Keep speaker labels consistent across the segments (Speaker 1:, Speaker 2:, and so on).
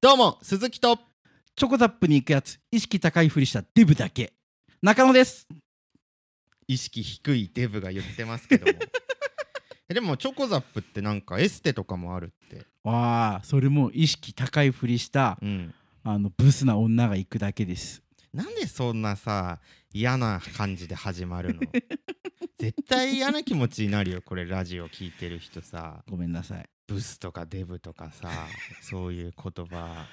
Speaker 1: どうも鈴木と
Speaker 2: チョコザップに行くやつ意識高いふりしたデブだけ中野です
Speaker 1: 意識低いデブが言ってますけども えでもチョコザップってなんかエステとかもあるって、
Speaker 2: わあそれも意識高いふりした
Speaker 1: うん、
Speaker 2: あのブスな女が行くだけです
Speaker 1: なんでそんなさ嫌な感じで始まる の絶対嫌な気持ちになるよこれラジオ聞いてる人さ
Speaker 2: ごめんなさい
Speaker 1: ブスとかデブとかさそういう言 葉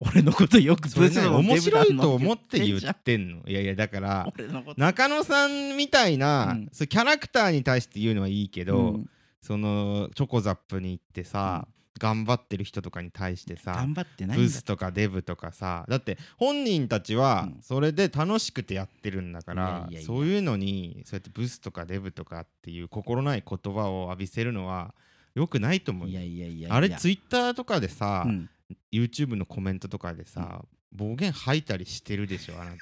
Speaker 2: 俺のことよく
Speaker 1: そ
Speaker 2: ブ
Speaker 1: れ
Speaker 2: ス
Speaker 1: ね
Speaker 2: な
Speaker 1: 面白いと思って言
Speaker 2: じゃん
Speaker 1: ってんのいやいやだから
Speaker 2: 俺のこと
Speaker 1: 中野さんみたいな、
Speaker 2: うん
Speaker 1: そういうキャラクターに対して言うのはいいけど、
Speaker 2: うん
Speaker 1: そのチョコザップに行ってさ、頑張ってる人とかに対してさ
Speaker 2: 頑張ってない
Speaker 1: ブ
Speaker 2: んだ
Speaker 1: スとかデブとかさだって本人たちは
Speaker 2: うん
Speaker 1: それで楽しくてやってるんだから、
Speaker 2: いやいやいや
Speaker 1: そういうのにそうやってブスとかデブとかっていう心ない言葉を浴びせるのは良くないと思う
Speaker 2: い
Speaker 1: よ
Speaker 2: やいやいやいや
Speaker 1: あれツイッターとかでさ、
Speaker 2: うん
Speaker 1: YouTube のコメントとかでさ、暴言吐いたりしてるでしょ あなた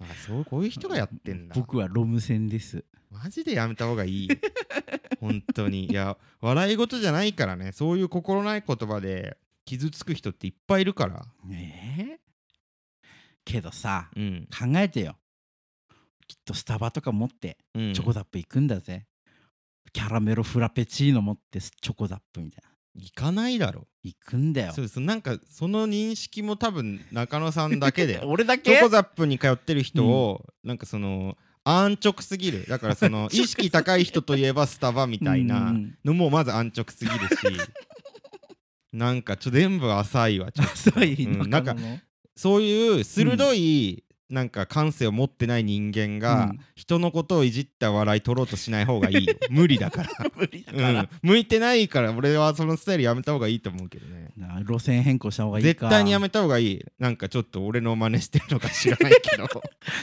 Speaker 1: あそうこういう人がやってんだ
Speaker 2: 僕はロム線です
Speaker 1: マジでやめた方がいい本当にいや笑い事じゃないからねそういう心ない言葉で傷つく人っていっぱいいるから
Speaker 2: ねえけどさ
Speaker 1: うん、
Speaker 2: 考えてよきっとスタバとか持って
Speaker 1: うん、
Speaker 2: チョコザップ行くんだぜ、キャラメロフラペチーノ持ってチョコザップみたいな
Speaker 1: 行かないだろ
Speaker 2: 行くんだよ
Speaker 1: そうですなんかその認識も多分中野さんだ けで
Speaker 2: 俺だ
Speaker 1: チョ
Speaker 2: け
Speaker 1: コザップに通ってる人を、なんかその安直すぎるだからそ の意識高い人といえばスタバみたい な
Speaker 2: うんうん
Speaker 1: のもまず安直すぎるしなんかちょ全部浅いわちょっと
Speaker 2: 浅い
Speaker 1: うん
Speaker 2: 中野の
Speaker 1: そういう鋭い、なんか感性を持ってない人間が、
Speaker 2: うん
Speaker 1: 人のことをいじった笑い取ろうとしない方がいい よ無理だから
Speaker 2: 無理だか
Speaker 1: うん
Speaker 2: ら、、
Speaker 1: 向いてないから俺はそのスタイルやめた方がいいと思うけどね
Speaker 2: な路線変更した方がいいか
Speaker 1: 絶対 にやめた方がいいなんかちょっと俺の真似してるのか知らないけ ど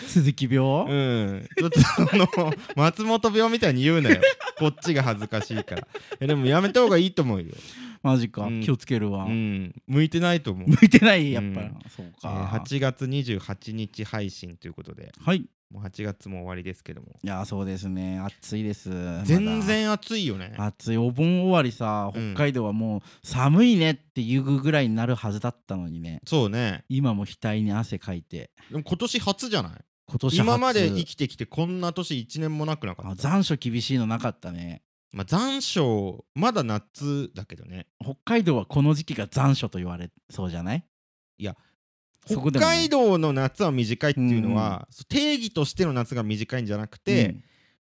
Speaker 2: 鈴木病、
Speaker 1: うんちょっとその松本病みたいに言う なよこっちが恥ずかしいからえでもやめた方がいいと思うよ、
Speaker 2: マジか、
Speaker 1: うん
Speaker 2: 気をつけるわ、
Speaker 1: うん、向いてないと思う
Speaker 2: 向いてないやっぱ、
Speaker 1: うん
Speaker 2: そう
Speaker 1: え
Speaker 2: か、
Speaker 1: ー8月28日配信ということで
Speaker 2: はいい
Speaker 1: もう8月も終わりですけども
Speaker 2: やーそうですね暑いです
Speaker 1: 全然暑いよね
Speaker 2: まだ暑いお盆終わりさ
Speaker 1: うん
Speaker 2: 北海道はもう寒いねって言うぐらいになるはずだったのにね
Speaker 1: そうね
Speaker 2: 今も額に汗かいて
Speaker 1: でも今年初じゃない
Speaker 2: 今年初
Speaker 1: 今まで生きてきてこんな年1年もなくなか
Speaker 2: あ
Speaker 1: った
Speaker 2: 残暑厳しいのなかったね
Speaker 1: まあ、残暑まだ夏だけどね
Speaker 2: 北海道はこの時期が残暑と言われそうじゃない
Speaker 1: いや
Speaker 2: そこで
Speaker 1: 北
Speaker 2: もね
Speaker 1: 海道の夏は短いっていうのは、定義としての夏が短いんじゃなくて、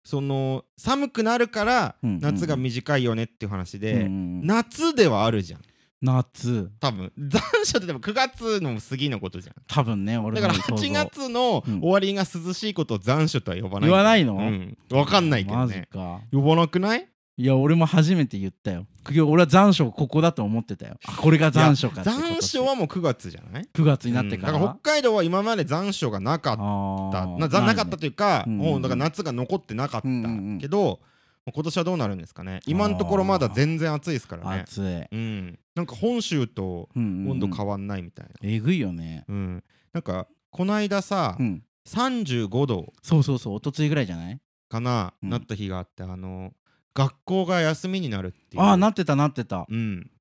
Speaker 1: その寒くなるから
Speaker 2: うんうん
Speaker 1: 夏が短いよねっていう話
Speaker 2: う
Speaker 1: で、
Speaker 2: んうん
Speaker 1: 夏ではあるじゃん
Speaker 2: 夏
Speaker 1: 多分残暑ってでも9月の過ぎのことじゃん
Speaker 2: 多分ね
Speaker 1: だ
Speaker 2: 俺
Speaker 1: か
Speaker 2: の
Speaker 1: ら
Speaker 2: 想像
Speaker 1: 8月の
Speaker 2: うん
Speaker 1: 終わりが涼しいことを残暑とは呼ばない
Speaker 2: 言わないの
Speaker 1: うん、わかんないけど
Speaker 2: マジ
Speaker 1: ね
Speaker 2: か
Speaker 1: 呼ばなくない
Speaker 2: いや俺も初めて言ったよく俺は残暑ここだと思ってたよあこれが残暑かって今年
Speaker 1: 残暑はもう9月じゃない
Speaker 2: 9月になってから,、
Speaker 1: うんだから北海道は今まで残暑がなかっ
Speaker 2: あ
Speaker 1: た
Speaker 2: ー
Speaker 1: なざなかったというか、
Speaker 2: うんうん
Speaker 1: もうだから夏が残ってなかった
Speaker 2: うんうんうん
Speaker 1: けど、もう今年はどうなるんですかね今のところまだ全然暑いですからね
Speaker 2: 暑い、
Speaker 1: うんなんか本州と
Speaker 2: うん
Speaker 1: 温度変
Speaker 2: わ
Speaker 1: わんないみたいな
Speaker 2: えぐいよね
Speaker 1: うん、なんかこの間さ、
Speaker 2: うん
Speaker 1: 35度
Speaker 2: そうそうそう一昨日ぐらいじゃない
Speaker 1: かな、
Speaker 2: うん
Speaker 1: なった日があってあの学校が休みになるっていう
Speaker 2: ああなってたなってた、
Speaker 1: うん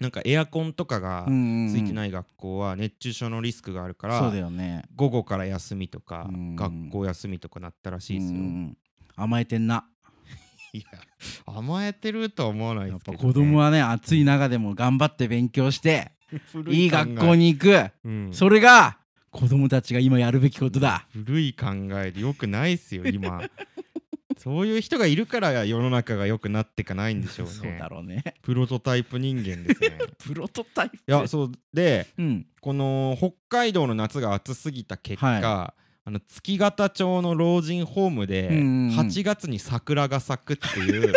Speaker 1: なんかエアコンとかがついてないい学校は熱中症のリスクがあるから、
Speaker 2: そうだよね
Speaker 1: 午後から休みとか、
Speaker 2: うん
Speaker 1: 学校休みとかなったらしいですよ、
Speaker 2: うんうんうん甘えてんない
Speaker 1: や甘えてるとは思わない
Speaker 2: や
Speaker 1: で
Speaker 2: っ
Speaker 1: すけ
Speaker 2: ぱ
Speaker 1: ど、ね、
Speaker 2: 子供はね暑い中でも頑張って勉強して
Speaker 1: 古
Speaker 2: いい
Speaker 1: 考え
Speaker 2: 学校、に行く
Speaker 1: うん
Speaker 2: それが子供たちが今やるべきことだ
Speaker 1: 古い考えでよくないですよ今 そういう人がいるから世の中が良くなってかないんでしょうね
Speaker 2: そうだろうね
Speaker 1: プロトタイプ人間ですね
Speaker 2: プロトタイプ
Speaker 1: いやそうで
Speaker 2: うん
Speaker 1: この北海道の夏が暑すぎた結果、
Speaker 2: は
Speaker 1: あの月形町の老人ホームで
Speaker 2: うんうんうん
Speaker 1: 8月に桜が咲くって いう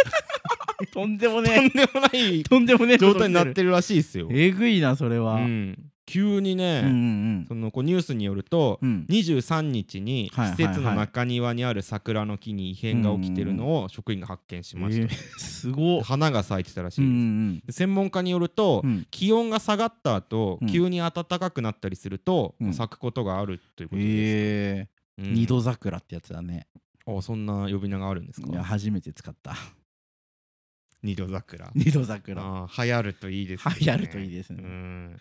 Speaker 2: とんでも
Speaker 1: とん
Speaker 2: ね
Speaker 1: でもない
Speaker 2: えとんでもねえ
Speaker 1: 状態になっ
Speaker 2: る
Speaker 1: てるらしいですよ。
Speaker 2: えぐいなそれ
Speaker 1: う
Speaker 2: は、うん、
Speaker 1: ん、急に
Speaker 2: うんう
Speaker 1: ね、
Speaker 2: ん
Speaker 1: そのこうニュースによると、
Speaker 2: うん
Speaker 1: 23日に
Speaker 2: はいはい
Speaker 1: 施
Speaker 2: はい
Speaker 1: 設の中庭にある桜の木に異変が起きてるのを職員が発見しま
Speaker 2: え
Speaker 1: し
Speaker 2: ー
Speaker 1: た。
Speaker 2: すごっ
Speaker 1: 花が咲いてたらし
Speaker 2: うんう
Speaker 1: いです。
Speaker 2: ん
Speaker 1: で専門家によると、
Speaker 2: うん
Speaker 1: 気温が下がった後、
Speaker 2: うん
Speaker 1: 急に暖かくなったりすると、
Speaker 2: うん
Speaker 1: 咲くことがあるということです。
Speaker 2: え
Speaker 1: う
Speaker 2: え
Speaker 1: ん
Speaker 2: 二度桜ってやつだね
Speaker 1: あそんな呼び名があるんですか
Speaker 2: いや初めて使った
Speaker 1: 二度桜
Speaker 2: 二度桜
Speaker 1: あー流行るといいですね
Speaker 2: 流行るといいです
Speaker 1: う
Speaker 2: ね、
Speaker 1: ん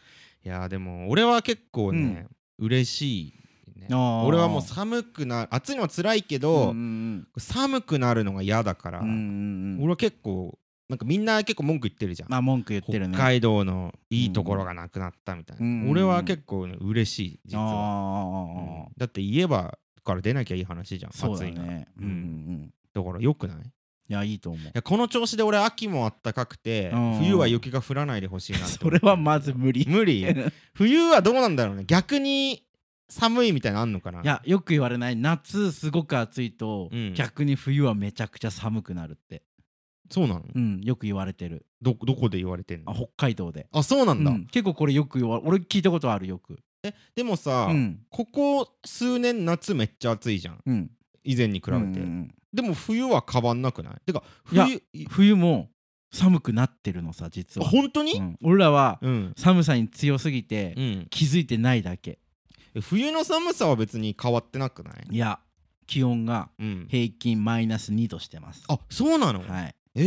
Speaker 1: いやーでも俺は結構ね、嬉しい、ね、
Speaker 2: あー
Speaker 1: 俺はもう寒くな暑いのは辛いけど、
Speaker 2: うんうん
Speaker 1: 寒くなるのが嫌だから、
Speaker 2: うんうんうん
Speaker 1: 俺は結構なんかみんな結構文句言ってるじゃん、
Speaker 2: まあ文句言ってるね
Speaker 1: 北海道のいいところがなくなったみたいな、
Speaker 2: うん
Speaker 1: 俺は結構ね嬉しい実
Speaker 2: あー
Speaker 1: は、
Speaker 2: あーあー
Speaker 1: うんだって言えばから出なきゃいい話じゃん
Speaker 2: そう
Speaker 1: 暑
Speaker 2: だ
Speaker 1: いの
Speaker 2: ね
Speaker 1: うん
Speaker 2: うんうん
Speaker 1: だからよくないい
Speaker 2: いやいいと思う
Speaker 1: やこの調子で俺秋もあったかくて
Speaker 2: うん
Speaker 1: 冬は雪が降らないでほしいなって
Speaker 2: そ
Speaker 1: 思う
Speaker 2: れはまず無理い
Speaker 1: 無理冬はどうなんだろうね逆に寒いみたいなのあんのかない
Speaker 2: やよく言われない夏すごく暑いと、
Speaker 1: うん
Speaker 2: 逆に冬はめちゃくちゃ寒くなるって、
Speaker 1: そうなの、
Speaker 2: うん、よく言われてる
Speaker 1: どどこで言われてん
Speaker 2: あ
Speaker 1: の
Speaker 2: 北海道で、
Speaker 1: あそうなんだ、
Speaker 2: うん結構これよく言わ俺聞いたことあるよく
Speaker 1: でもさ、
Speaker 2: うん
Speaker 1: ここ数年夏めっちゃ暑いじゃん
Speaker 2: うん
Speaker 1: 以前に比べて、
Speaker 2: うんうんうん
Speaker 1: でも冬は変わんなくないてか
Speaker 2: いや
Speaker 1: 冬い
Speaker 2: 冬も寒くなってるのさ実は、
Speaker 1: 本当
Speaker 2: う
Speaker 1: に
Speaker 2: ん俺らは
Speaker 1: うん、
Speaker 2: 寒さに強すぎて、
Speaker 1: うん
Speaker 2: 気づいてないだけ
Speaker 1: え冬の寒さは別に変わってなくない
Speaker 2: いや気温が
Speaker 1: うん
Speaker 2: 平均マイナス2度してます
Speaker 1: あそうなの、
Speaker 2: はい
Speaker 1: え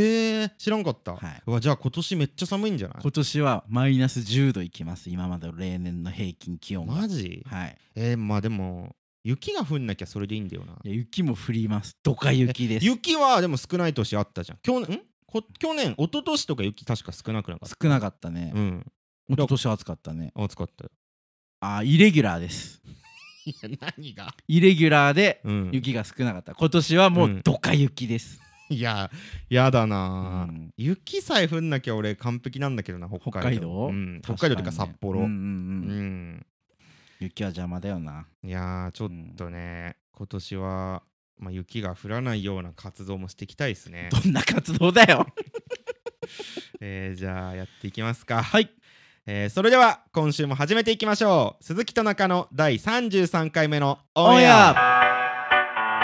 Speaker 1: ー、知らんかった、
Speaker 2: はいう
Speaker 1: わじゃあ今年めっちゃ寒いんじゃない
Speaker 2: 今年はマイナス10度いきます今までの例年の平均気温が
Speaker 1: マジ、
Speaker 2: はい
Speaker 1: えー、まあでも雪が降んなきゃそれでいいんだよない
Speaker 2: や雪も降りますドカ雪です
Speaker 1: 雪はでも少ない年あったじゃん去年んこ去年一昨年とか雪確か少なくなかった
Speaker 2: 少なかったね
Speaker 1: うん
Speaker 2: 一昨年暑かったね
Speaker 1: 暑かったよ
Speaker 2: あーイレギュラーです
Speaker 1: いや何が
Speaker 2: イレギュラーで
Speaker 1: うん
Speaker 2: 雪が少なかった今年はも
Speaker 1: うん
Speaker 2: うドカ雪です、
Speaker 1: いややだ
Speaker 2: う
Speaker 1: なあ、
Speaker 2: ん
Speaker 1: 雪さえ降んなきゃ俺完璧なんだけどな北
Speaker 2: 北
Speaker 1: 海
Speaker 2: 海
Speaker 1: 道
Speaker 2: 道、
Speaker 1: うん、北海道っていうか札
Speaker 2: 確にね
Speaker 1: 幌
Speaker 2: うんう
Speaker 1: うん
Speaker 2: んうん
Speaker 1: うん
Speaker 2: 雪は邪魔だよない
Speaker 1: やーちょっとね、今年は、まあ、雪が降らないような活動もしていきたいですね。
Speaker 2: どんな活動だよ
Speaker 1: えーじゃあやっていきますか。
Speaker 2: はい
Speaker 1: えーそれでは今週も始めていきましょう。鈴木と中の第33回目のオ
Speaker 2: オ
Speaker 1: ン
Speaker 2: ン
Speaker 1: エ
Speaker 2: エ
Speaker 1: ア。
Speaker 2: ア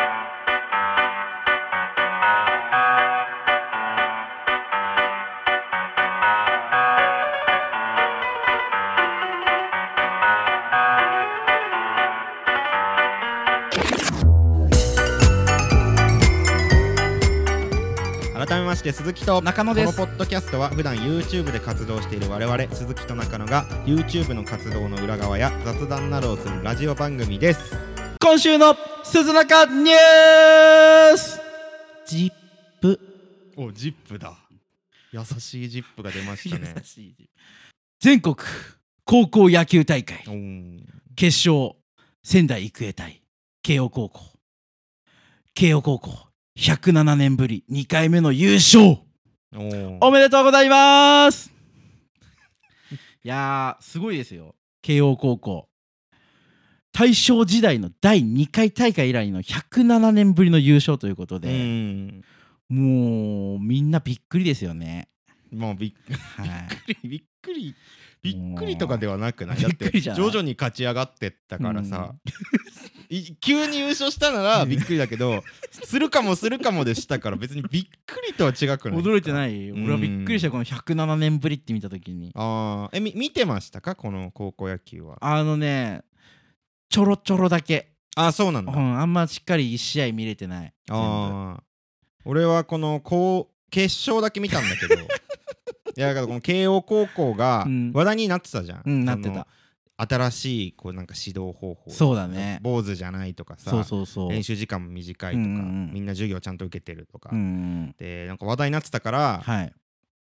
Speaker 1: 改めまして鈴木と
Speaker 2: 中野です
Speaker 1: このポッドキャストは普段 YouTube で活動している我々鈴木と中野が YouTube の活動の裏側や雑談などをするラジオ番組です
Speaker 2: 今週の鈴中ニュースジップ
Speaker 1: おジップだ優しいジップが出ましたね
Speaker 2: 優しい全国高校野球大会
Speaker 1: おー
Speaker 2: 決勝仙台育英対慶応高校慶応高校107年ぶり2回目の優勝
Speaker 1: おー
Speaker 2: おめでとうございますいやーすごいですよ慶応高校大正時代の第2回大会以来の107年ぶりの優勝ということ
Speaker 1: う
Speaker 2: で、
Speaker 1: ん
Speaker 2: もうみんなびっくりですよね、
Speaker 1: もうびっ
Speaker 2: はい、
Speaker 1: くりびっくりびっくりとかではなくない
Speaker 2: も
Speaker 1: だ
Speaker 2: う
Speaker 1: って
Speaker 2: びっくりじゃない
Speaker 1: 徐々に勝ち上がってったからさ、い急に優勝したならびっくりだけどするかもするかもでしたから別にびっくりとは違くない
Speaker 2: 驚いてない
Speaker 1: うん
Speaker 2: 俺はびっくりしたこの107年ぶりって見た時に
Speaker 1: ああえみ見てましたかこの高校野球は
Speaker 2: あのねちょろちょろだけ、
Speaker 1: ああそうなん
Speaker 2: う
Speaker 1: だ、
Speaker 2: ん、あんましっかり1試合見れてない
Speaker 1: ああ俺はこのこう決勝だけ見たんだけ どいやだからこの慶応高校が
Speaker 2: うん
Speaker 1: 話題になってたじゃん、
Speaker 2: うんなって
Speaker 1: その
Speaker 2: た
Speaker 1: 新しいこうなんか指導方法
Speaker 2: そうだね
Speaker 1: 坊主じゃないとかさ
Speaker 2: そうそうそう
Speaker 1: 練習時間も短いとか、
Speaker 2: うんうんうん
Speaker 1: みんな授業ちゃんと受けてるとか、
Speaker 2: うんうん
Speaker 1: でなんか話題になってたから、
Speaker 2: はい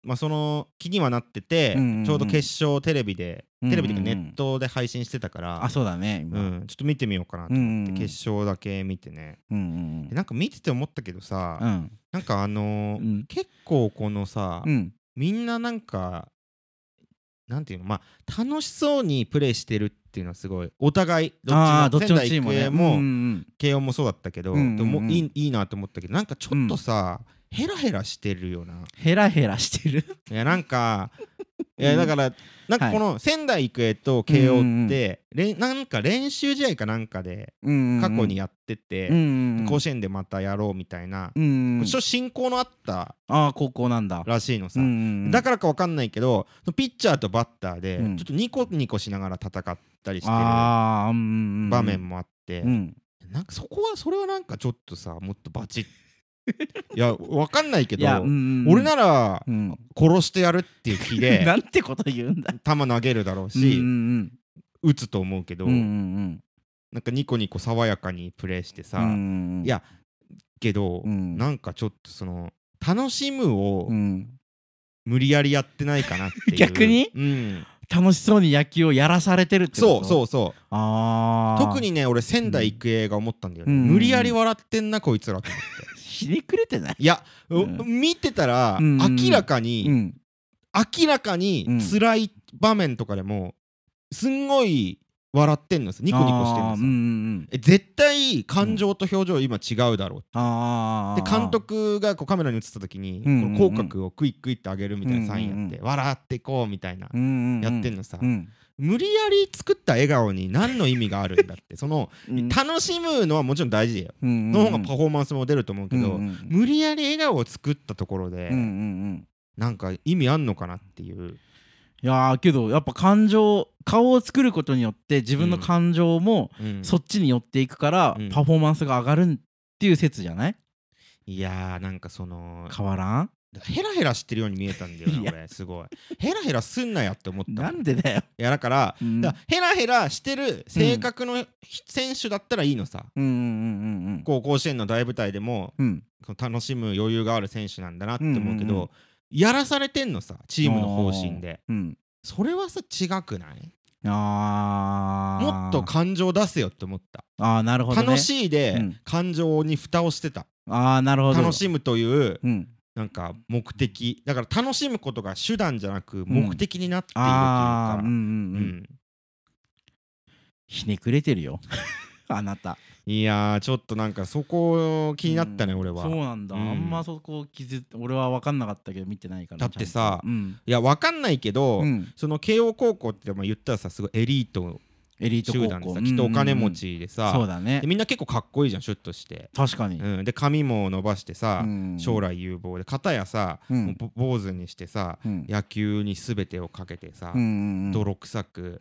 Speaker 1: まあ、その気にはなってて、
Speaker 2: うんうんうん
Speaker 1: ちょうど決勝テレビでテレビというか
Speaker 2: うん
Speaker 1: ネ
Speaker 2: うんうん
Speaker 1: ットで配信してたから
Speaker 2: あ、そうだね
Speaker 1: う
Speaker 2: 今
Speaker 1: ん、ちょっと見てみようかなと
Speaker 2: うんう
Speaker 1: 思
Speaker 2: んう
Speaker 1: っ
Speaker 2: ん
Speaker 1: て、決勝だけ見てね
Speaker 2: うん
Speaker 1: でなんか見てて思ったけどさ、
Speaker 2: うんうん
Speaker 1: なんかあのー
Speaker 2: うん
Speaker 1: 結構このさ、
Speaker 2: うん
Speaker 1: みんななんかなんていうのまあ楽しそうにプレーしてるっていうのはすごいお互いどっちも
Speaker 2: ああどっちのチームも
Speaker 1: 仙台育英
Speaker 2: ね
Speaker 1: も
Speaker 2: うんうん
Speaker 1: 慶応もそうだったけど、
Speaker 2: うんうんうん
Speaker 1: でもいいいいなと思ったけどなんかちょっとさ、ヘラヘラしてるよな
Speaker 2: ヘラヘラして る
Speaker 1: いやなん か
Speaker 2: う
Speaker 1: い
Speaker 2: ん
Speaker 1: やだからなんかこの仙台育英と慶応って、れんなんか練習試合かなんかで過去にや
Speaker 2: や
Speaker 1: ってて、
Speaker 2: って
Speaker 1: 甲
Speaker 2: 子
Speaker 1: 子園でまたやろうみたいな、
Speaker 2: 園
Speaker 1: ちょっと親交のあった
Speaker 2: ああ高校なんだ
Speaker 1: らしいのさ、だ
Speaker 2: だ
Speaker 1: からかわかんないけどそのピッチャーとバッターで
Speaker 2: うん
Speaker 1: ちょっとニコニコしながら戦ったりしてる
Speaker 2: ああうんうんうん
Speaker 1: 場面もあって、
Speaker 2: うん
Speaker 1: なんかそこはそれはなんかちょっとさもっとバチッいやわかんないけ
Speaker 2: い
Speaker 1: ど
Speaker 2: や、うん
Speaker 1: 俺なら
Speaker 2: うん、
Speaker 1: 殺してやるっていう気で
Speaker 2: なんてこと言うんだ
Speaker 1: 球投げるだろう
Speaker 2: うん
Speaker 1: し
Speaker 2: うん
Speaker 1: 打つと思うけど
Speaker 2: うんうんうん
Speaker 1: なんかニコニコ爽やかにプレーして
Speaker 2: うんう
Speaker 1: さ
Speaker 2: んうん
Speaker 1: いやけど
Speaker 2: うん
Speaker 1: なんかちょっとその楽しむを
Speaker 2: うん
Speaker 1: 無理やりやってないかなっていう
Speaker 2: 逆に
Speaker 1: うん
Speaker 2: 楽しそうに野球をやらされてるって
Speaker 1: そ
Speaker 2: こ
Speaker 1: う
Speaker 2: と
Speaker 1: そううそう
Speaker 2: あー
Speaker 1: 特にね俺仙台育英が思ったんだよね、
Speaker 2: うん
Speaker 1: 無理やり笑ってんなこいつらと思って
Speaker 2: ひねくれてない
Speaker 1: いや、
Speaker 2: うん
Speaker 1: 見てたら
Speaker 2: うん
Speaker 1: 明らか
Speaker 2: う
Speaker 1: に、
Speaker 2: ん
Speaker 1: 明らかに辛い場面とかでもすんごい笑ってんのさニコニコしてん
Speaker 2: あ
Speaker 1: の
Speaker 2: ー
Speaker 1: さ
Speaker 2: うんうん
Speaker 1: え絶対感情と表情今違うだろう
Speaker 2: あ
Speaker 1: で
Speaker 2: ー
Speaker 1: 監督がこうカメラに映った時に
Speaker 2: うんうんうん
Speaker 1: こう口角をクイックイって上げるみたいなサインやって
Speaker 2: う
Speaker 1: 笑ってこうみたいな
Speaker 2: うんうん
Speaker 1: やってん
Speaker 2: の
Speaker 1: のさ
Speaker 2: うん
Speaker 1: 無理やり作った笑顔に何の意味があるんだって その
Speaker 2: うん
Speaker 1: 楽しむのはもちろん大事だよ
Speaker 2: うん
Speaker 1: の方がパフォーマンスも出ると思うけ
Speaker 2: う
Speaker 1: ど
Speaker 2: んうん
Speaker 1: 無理やり笑顔を作ったところで
Speaker 2: うんうんうん
Speaker 1: なんか意味あんのかなっていう
Speaker 2: いやーけどやっぱ感情顔を作ることによって自分の感情も
Speaker 1: うん
Speaker 2: そっちに寄っていくから
Speaker 1: うん
Speaker 2: パフォーマンスが上がるっていう説じゃない
Speaker 1: いやーなんかその
Speaker 2: 変わらん
Speaker 1: ヘラヘラしてるように見えたんだよ
Speaker 2: い
Speaker 1: な
Speaker 2: や
Speaker 1: 俺すごいヘラヘラすんなやって思ったもん
Speaker 2: なんでだよ
Speaker 1: いやだから
Speaker 2: うん
Speaker 1: だからヘラヘラしてる性格の選手だったらいいのさ、
Speaker 2: うんうんうんうん
Speaker 1: こう甲子園の大舞台でも
Speaker 2: うんうん
Speaker 1: こう楽しむ余裕がある選手なんだなって思うけど、
Speaker 2: うんうんうん
Speaker 1: やらされてんのさチームの方針で
Speaker 2: うん
Speaker 1: それはさ違くない
Speaker 2: あー
Speaker 1: もっと感情出せよって思った、
Speaker 2: あーなるほどね
Speaker 1: 楽しいで、
Speaker 2: うん
Speaker 1: 感情に蓋をしてた
Speaker 2: ああなるほど
Speaker 1: 楽しむという
Speaker 2: うん
Speaker 1: なんか目的だから楽しむことが手段じゃなく目的になっているという
Speaker 2: あ
Speaker 1: か
Speaker 2: あ、うんう
Speaker 1: うん
Speaker 2: んうんひねくれてるよ あなた
Speaker 1: いやーちょっとなんかそこ気になったね、俺は
Speaker 2: そうなんだ、
Speaker 1: うん
Speaker 2: あんまそこ気づ俺は分かんなかったけど見てないから
Speaker 1: だってさ
Speaker 2: ちゃんとうん、
Speaker 1: いやわかんないけど、
Speaker 2: うん
Speaker 1: その慶応高校ってまあ言ったらさすごいエリート
Speaker 2: エリート
Speaker 1: 集
Speaker 2: 高
Speaker 1: 団で
Speaker 2: 校
Speaker 1: さきっとお金持
Speaker 2: うん
Speaker 1: ちで
Speaker 2: うん
Speaker 1: さ、
Speaker 2: うんそうだね
Speaker 1: でみんな結構かっこいいじゃんシュッとして、
Speaker 2: 確かに、
Speaker 1: うん、で髪も伸ばしてさ、
Speaker 2: うん
Speaker 1: 将来有望で片やさ、
Speaker 2: うん
Speaker 1: もうぼ坊主にしてさ
Speaker 2: うん
Speaker 1: 野球に全てをかけてさ、
Speaker 2: うんうんうん
Speaker 1: 泥臭く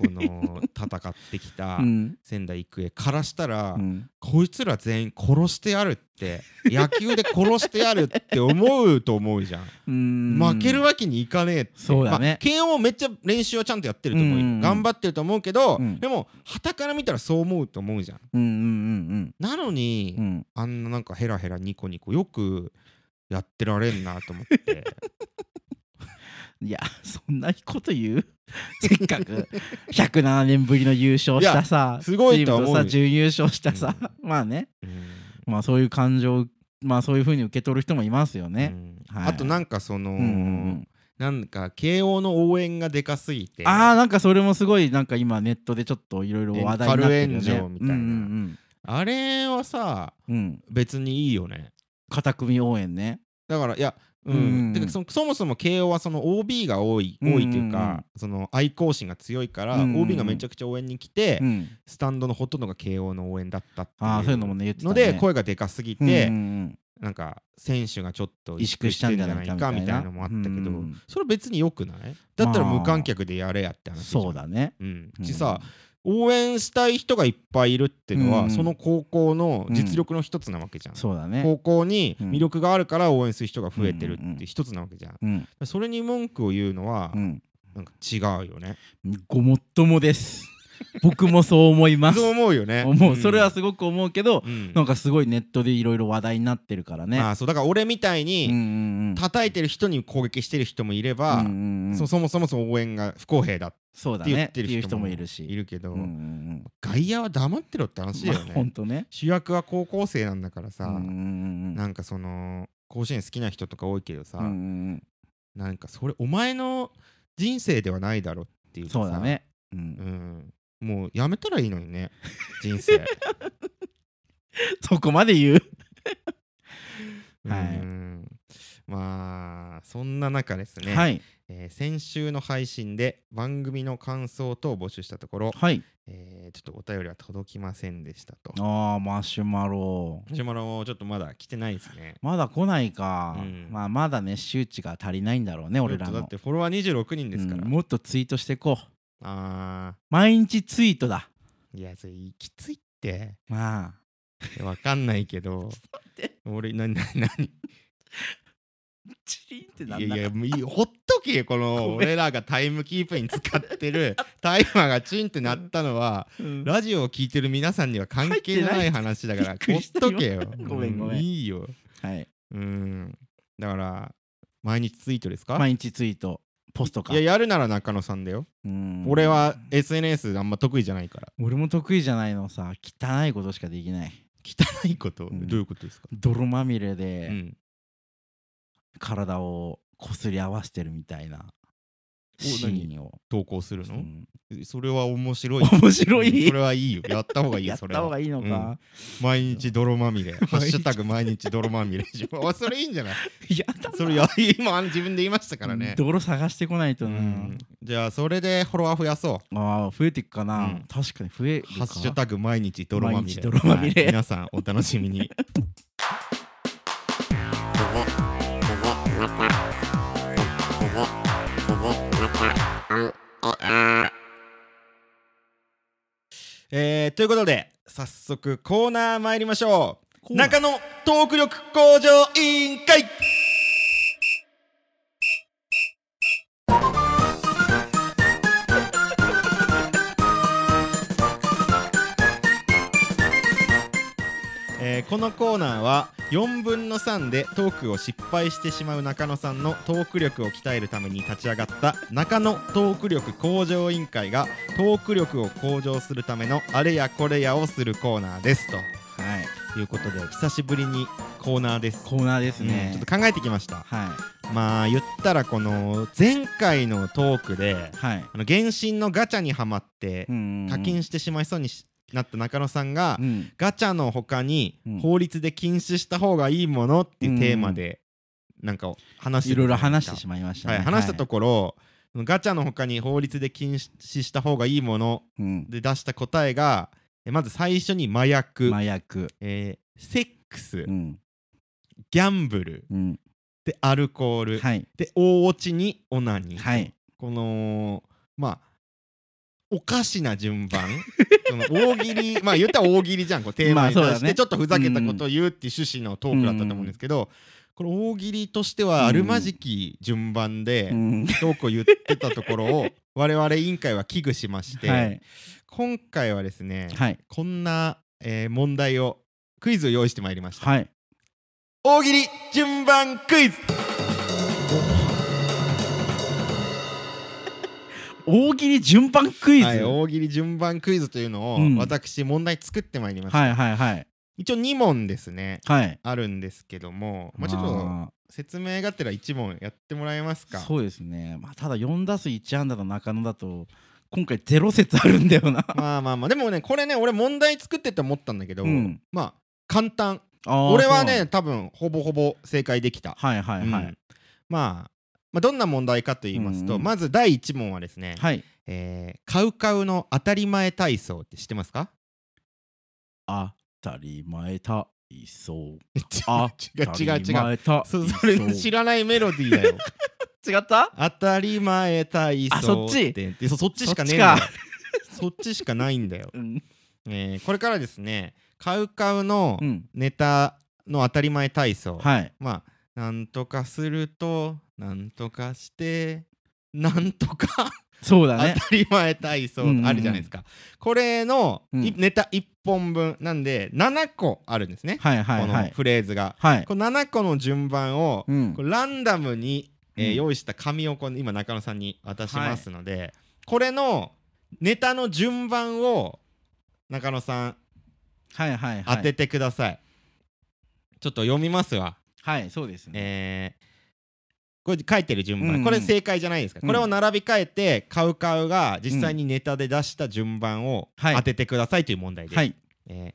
Speaker 1: こ の戦ってきた
Speaker 2: うん
Speaker 1: 仙台育英からしたら、
Speaker 2: うん
Speaker 1: こいつら全員殺してやるって野球で殺してやるって思うと思うじゃん、
Speaker 2: うん
Speaker 1: 負けるわけにいかねえって
Speaker 2: そうだね
Speaker 1: まあ慶応めっちゃ練習はちゃんとやってると思うよ、
Speaker 2: うんうんうん
Speaker 1: 頑張ってると思うけど、
Speaker 2: うん
Speaker 1: でも傍から見たらそう思うと思うじゃん
Speaker 2: うんうん
Speaker 1: なのに、
Speaker 2: うんうんうん
Speaker 1: あんななんかヘラヘラニコニコよくやってられんなと思って
Speaker 2: いやそんなこと言う せっかく107年ぶりの優勝したさ
Speaker 1: すごい
Speaker 2: チ
Speaker 1: と
Speaker 2: ー
Speaker 1: は
Speaker 2: ム
Speaker 1: 思
Speaker 2: と
Speaker 1: うよ
Speaker 2: さ準優勝したさ、 まあね
Speaker 1: うん
Speaker 2: まあそういう感情まあそういうふうに受け取る人もいますよ
Speaker 1: う
Speaker 2: ね。
Speaker 1: ん
Speaker 2: はい
Speaker 1: あとなんかその、
Speaker 2: うんうん
Speaker 1: なんか慶応の応援がでかすぎ
Speaker 2: う
Speaker 1: て
Speaker 2: ん、ああなんかそれもすごいなんか今ネットでちょっといろいろ話題になってるよね。
Speaker 1: 軽炎上みたいな
Speaker 2: うんうん
Speaker 1: あれはさ
Speaker 2: うんうん
Speaker 1: 別にいいよね
Speaker 2: 片組応援ね。
Speaker 1: だからいやうん、
Speaker 2: うんうんうん
Speaker 1: てかそそもそも慶応はその OB が多い多いという
Speaker 2: うんうんうん
Speaker 1: か、その愛校心が強いから、
Speaker 2: うんうんうん
Speaker 1: OB がめちゃくちゃ応援に来て、
Speaker 2: うん、
Speaker 1: スタンドのほとんどが慶応の応援だったっていう
Speaker 2: ああそういうのもね言ってたね
Speaker 1: ので声がでかすぎて、
Speaker 2: うんうん
Speaker 1: なんか選手がちょっと
Speaker 2: 萎縮したんじゃないかみたいな
Speaker 1: みたいなのもあったけど、
Speaker 2: うん
Speaker 1: それ別によくないだったら無観客でやれやって
Speaker 2: うん
Speaker 1: 話じゃん
Speaker 2: そうだね。
Speaker 1: うん
Speaker 2: うん
Speaker 1: ちさ、応援したい人がいっぱいいるっていうのは、
Speaker 2: うん
Speaker 1: その高校の実力の一つなわけじゃん、
Speaker 2: そうだね。
Speaker 1: 高校に魅力があるから応援する人が増えてるって一つなわけじゃん、
Speaker 2: うん
Speaker 1: それに文句を言うのは、
Speaker 2: うん、
Speaker 1: なんか違うよね
Speaker 2: ごもっともです。 僕もそう思います
Speaker 1: そう。思うよね
Speaker 2: 思うそれは
Speaker 1: さ、
Speaker 2: すごく思うけど、
Speaker 1: うん
Speaker 2: なんかすごいネットでいろいろ話題になってるからね。
Speaker 1: まあそうだから俺みたい
Speaker 2: うんう
Speaker 1: に
Speaker 2: んうん
Speaker 1: 叩いてる人に攻撃してる人もいれば、
Speaker 2: うんうんうん
Speaker 1: そそもそもそも応援が不公平だっ
Speaker 2: そうだ
Speaker 1: て言
Speaker 2: ね
Speaker 1: っ。てる
Speaker 2: いう
Speaker 1: 人
Speaker 2: 人
Speaker 1: も
Speaker 2: もいるし。
Speaker 1: いるけど、
Speaker 2: うんうんうん
Speaker 1: 外野は黙ってろって話だよね、
Speaker 2: まあほんとね。
Speaker 1: 主役は高校生なんだからさ、
Speaker 2: うんうんうん
Speaker 1: なんかその甲子園好きな人とか多いけどさ、
Speaker 2: うんうん
Speaker 1: なんかそれお前の人生ではないだろっていううんかさ
Speaker 2: そうだ、ね。うん
Speaker 1: うん、もうやめたらいいのにね人生、
Speaker 2: そこまで言う。はい
Speaker 1: うんまあそんな中ですね、
Speaker 2: はい
Speaker 1: えー先週の配信で番組の感想等を募集したところ、
Speaker 2: はい。
Speaker 1: えーちょっとお便りは届きませんでしたと
Speaker 2: ああマシュマロ。
Speaker 1: 藤丸もちょっとまだ来てないですね
Speaker 2: まだ来ないか
Speaker 1: うん。
Speaker 2: まあまだね周知が足りないんだろうね俺ら
Speaker 1: ちょっとだっ
Speaker 2: の。
Speaker 1: てフォロワー26人ですから、
Speaker 2: うんもっとツイートしてこう。
Speaker 1: あ
Speaker 2: 毎日ツイートだ。
Speaker 1: ーいやそれきついって
Speaker 2: まあ。
Speaker 1: わかんないけど
Speaker 2: 待って
Speaker 1: 俺、なになになに
Speaker 2: チリンってなん
Speaker 1: い
Speaker 2: だ
Speaker 1: やいや、もういいよほっとけよ、この
Speaker 2: ごめん
Speaker 1: 俺らがタイムキープに使って るタイマーがチンってなったのは、
Speaker 2: うん
Speaker 1: ラジオを聞いてる皆さんには関係
Speaker 2: 入って
Speaker 1: な
Speaker 2: ないい
Speaker 1: 話だから、
Speaker 2: びっ
Speaker 1: ほ
Speaker 2: く
Speaker 1: っ
Speaker 2: りした
Speaker 1: とけよ。
Speaker 2: ごめんごめん
Speaker 1: ういいよ。
Speaker 2: はい
Speaker 1: うん。だから、毎日ツイートですか
Speaker 2: 毎日ツイートポストか
Speaker 1: いや、やるなら中野さんだよ。
Speaker 2: うん
Speaker 1: 俺は SNS あんま得意じゃないから。
Speaker 2: 俺も得意じゃないのさ汚いことしかできない
Speaker 1: 汚いこと、
Speaker 2: うん
Speaker 1: どういうことですか
Speaker 2: 泥まみれで、
Speaker 1: うん。
Speaker 2: 体をこすり合わせてるみたいな
Speaker 1: お
Speaker 2: シーンを、
Speaker 1: 投稿する
Speaker 2: う
Speaker 1: の、
Speaker 2: ん
Speaker 1: それは面白い。
Speaker 2: 面白い
Speaker 1: うんそれはいいよ。やった方がいい
Speaker 2: や
Speaker 1: よ、
Speaker 2: っ
Speaker 1: それ
Speaker 2: た
Speaker 1: は
Speaker 2: 方。がいいのか、
Speaker 1: 毎日泥まみれ。ハッシュタグ毎日泥まみ れ。あそれいいんじゃない
Speaker 2: やだな
Speaker 1: それや今あの自分で言いましたからね。
Speaker 2: 泥探してこないと
Speaker 1: う
Speaker 2: な、
Speaker 1: ん、じゃあそれでフォロワー増やそ
Speaker 2: あー増えていくかな、
Speaker 1: うん
Speaker 2: 確かに増える
Speaker 1: う。
Speaker 2: か
Speaker 1: ハッシュタグ毎日泥まみれ。
Speaker 2: 毎日泥まみれ
Speaker 1: はい皆さんお楽しみに。えーということで早速コーナー参りましょう
Speaker 2: コーナー
Speaker 1: 中野トーク力向上委員会えーこのコーナーは4分の3でトークを失敗してしまう中野さんのトーク力を鍛えるために立ち上がった中野トーク力向上委員会がトーク力を向上するためのあれやこれやをするコーナーですと
Speaker 2: はい
Speaker 1: いうことで久しぶりにコーナーです、
Speaker 2: コーナーです
Speaker 1: うん
Speaker 2: ね、
Speaker 1: ちょっと考えてきました
Speaker 2: はい
Speaker 1: まあ言ったらこの前回のトークで
Speaker 2: はい
Speaker 1: あの原神のガチャにはまって
Speaker 2: うん
Speaker 1: 課金してしまいそうにしなった中野さんが、
Speaker 2: うん
Speaker 1: ガチャの他に
Speaker 2: うん
Speaker 1: 法律で禁止した方がいいものっていうテーマでなんか話して
Speaker 2: いろいろ話してしまいました
Speaker 1: は
Speaker 2: ね、
Speaker 1: い話したところそのガチャの他に法律で禁止した方がいいもの
Speaker 2: うん、
Speaker 1: で出した答えがえまず最初に麻薬
Speaker 2: 麻薬
Speaker 1: えーセックス
Speaker 2: うん
Speaker 1: ギャンブル
Speaker 2: うん
Speaker 1: でアルコール
Speaker 2: はい
Speaker 1: で大オチにオナニー
Speaker 2: はい
Speaker 1: このまあおかしな順 番その大喜利まあ言ったら大喜利じゃんこうテーマに対
Speaker 2: まあ
Speaker 1: し
Speaker 2: そうだ
Speaker 1: て
Speaker 2: ね
Speaker 1: ちょっとふざけたことを言うっていう趣旨のトークだったと思うんですけど、この大喜利としてはあるまじき順番で
Speaker 2: うん
Speaker 1: トークを言ってたところ を我々委員会は危惧しまして、
Speaker 2: はい
Speaker 1: 今回はですね、
Speaker 2: はい
Speaker 1: こんな、えー問題をクイズを用意してまいりました、
Speaker 2: はい
Speaker 1: 大喜利順番クイズ
Speaker 2: 大喜利順番クイズ、
Speaker 1: はい、大喜利順番クイズというのを、
Speaker 2: うん
Speaker 1: 私問題作ってまいりました、
Speaker 2: はいはいはい
Speaker 1: 一応2問ですね
Speaker 2: はい
Speaker 1: あるんですけども、まあ、ちょっと
Speaker 2: ま
Speaker 1: 説明がてら1問やってもらえます
Speaker 2: あ
Speaker 1: か
Speaker 2: そうですね、まあ、ただ4打数1安打の中野だと今回ゼロ説あるんだよな
Speaker 1: まあまあまあでもねこれね俺問題作ってて思ったんだけど、
Speaker 2: うん
Speaker 1: まあ簡単
Speaker 2: あー
Speaker 1: 俺は
Speaker 2: そう
Speaker 1: ね多分ほぼほぼ正解できた、
Speaker 2: はいはいは
Speaker 1: う
Speaker 2: い、
Speaker 1: んまあまあどんな問題かと言いますと、
Speaker 2: うんうん
Speaker 1: まず第1問はですね、
Speaker 2: はい
Speaker 1: えーカウカウの当たり前体操って知ってますか
Speaker 2: 当たり前体 操あ
Speaker 1: 違う違う違う
Speaker 2: う違
Speaker 1: そそれ知らないメロディーだよ
Speaker 2: 違った
Speaker 1: 当たり前体操
Speaker 2: あそっち
Speaker 1: てでそそっちしかねえんだよそっちしかないんだよ、
Speaker 2: うん、
Speaker 1: えーこれからですねカウカウの
Speaker 2: うん、
Speaker 1: ネタの当たり前体操、
Speaker 2: はい
Speaker 1: まあなんとかするとなんとかしてなんとか
Speaker 2: そ
Speaker 1: 当
Speaker 2: うだ
Speaker 1: た
Speaker 2: ね
Speaker 1: り前体操
Speaker 2: うんうんうん
Speaker 1: あるじゃないですか、これの、い
Speaker 2: うん
Speaker 1: ネタ1本分なんで7個あるんですね、
Speaker 2: はいはいは
Speaker 1: この
Speaker 2: い
Speaker 1: フレーズが、
Speaker 2: はい
Speaker 1: この7個の順番を、
Speaker 2: うん
Speaker 1: こうランダムに、えー
Speaker 2: うん
Speaker 1: 用意した紙をこう今中野さんに渡しますので、これのネタの順番を中野さん
Speaker 2: はいはいは
Speaker 1: 当
Speaker 2: い
Speaker 1: ててください、ちょっと読みますわ
Speaker 2: はいそうですね
Speaker 1: えーこれ書いてる順番、
Speaker 2: うんうん
Speaker 1: これ正解じゃないですか、
Speaker 2: うん
Speaker 1: これを並び替えてカウカウが実際にネタで出した順番を
Speaker 2: はい
Speaker 1: 当ててくださいという問題です、
Speaker 2: はい
Speaker 1: えー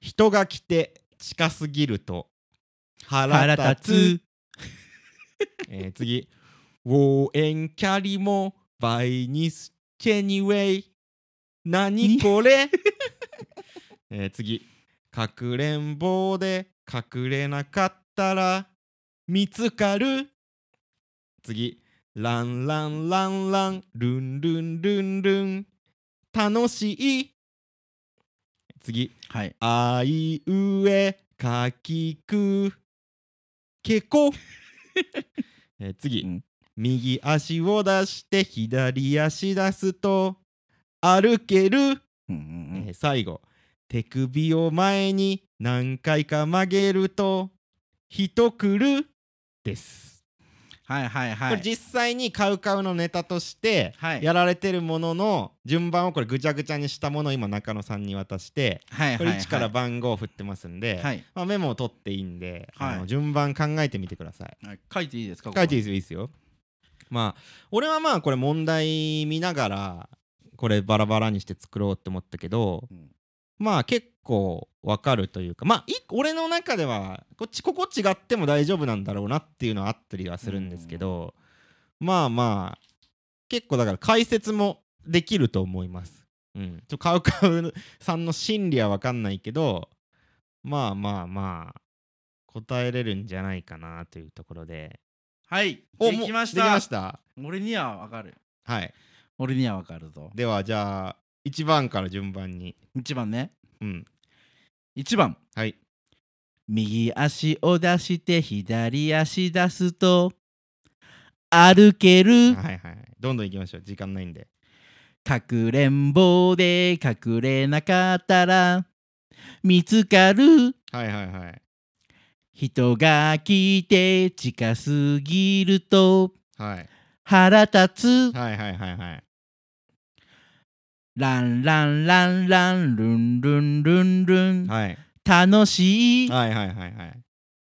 Speaker 1: 人が来て近すぎると腹
Speaker 2: 腹
Speaker 1: 立つ
Speaker 2: 立つ
Speaker 1: えー次応援キャリもバイニスチェニウェイ何こ れえー次かくれんぼで隠れなかったら見つかる次ランランランランルンルンルンルン楽しい次
Speaker 2: はい
Speaker 1: あいうえかきくけこ えー次、
Speaker 2: うん
Speaker 1: 右足を出して左足出すと歩ける、
Speaker 2: うん
Speaker 1: えー最後手首を前に何回か曲げると人くるです、
Speaker 2: はいはいは
Speaker 1: これ
Speaker 2: い。
Speaker 1: 実際にカウカウのネタとして
Speaker 2: はい
Speaker 1: やられてるものの順番をこれぐちゃぐちゃにしたものを今中野さんに渡して
Speaker 2: はい
Speaker 1: こ
Speaker 2: はい
Speaker 1: れ
Speaker 2: はい
Speaker 1: 1から番号を振ってますんで、
Speaker 2: はい。
Speaker 1: まあ、メモを取っていいんで、
Speaker 2: はい
Speaker 1: あの順番考えてみてください
Speaker 2: はい書いていいですか
Speaker 1: 書いていいで
Speaker 2: い
Speaker 1: すよいいですよまあ俺はまあこれ問題見ながらこれバラバラにして作ろうって思ったけど、
Speaker 2: うん
Speaker 1: まあ結構わかるというかまあい俺の中ではこっちここ違っても大丈夫なんだろうなっていうのはあったりはするんですけど、まあまあ結構だから解説もできると思います。うん、ちょカウカウさんの心理はわかんないけどまあまあまあ答えれるんじゃないかなというところで
Speaker 2: はい。
Speaker 1: お
Speaker 2: で
Speaker 1: もう
Speaker 2: きまし
Speaker 1: でき
Speaker 2: た
Speaker 1: まし。た。
Speaker 2: 俺にはわかる。
Speaker 1: はい。
Speaker 2: 俺にはわかるぞ。
Speaker 1: ではじゃあ1番から順番に。
Speaker 2: 1番ね。
Speaker 1: うん。
Speaker 2: 1番。
Speaker 1: はい。
Speaker 2: 右足を出して左足出すと歩ける
Speaker 1: はいはい。どんどん行きましょう。時間ないんで。
Speaker 2: かくれんぼで隠れなかったら見つかる
Speaker 1: はいはいはい。
Speaker 2: 人が来て近すぎると
Speaker 1: はい。
Speaker 2: 腹立つ
Speaker 1: はいはいはいはい。
Speaker 2: ランランランランルンルンルンルン
Speaker 1: はい。
Speaker 2: 楽しい
Speaker 1: はいはいはいはい。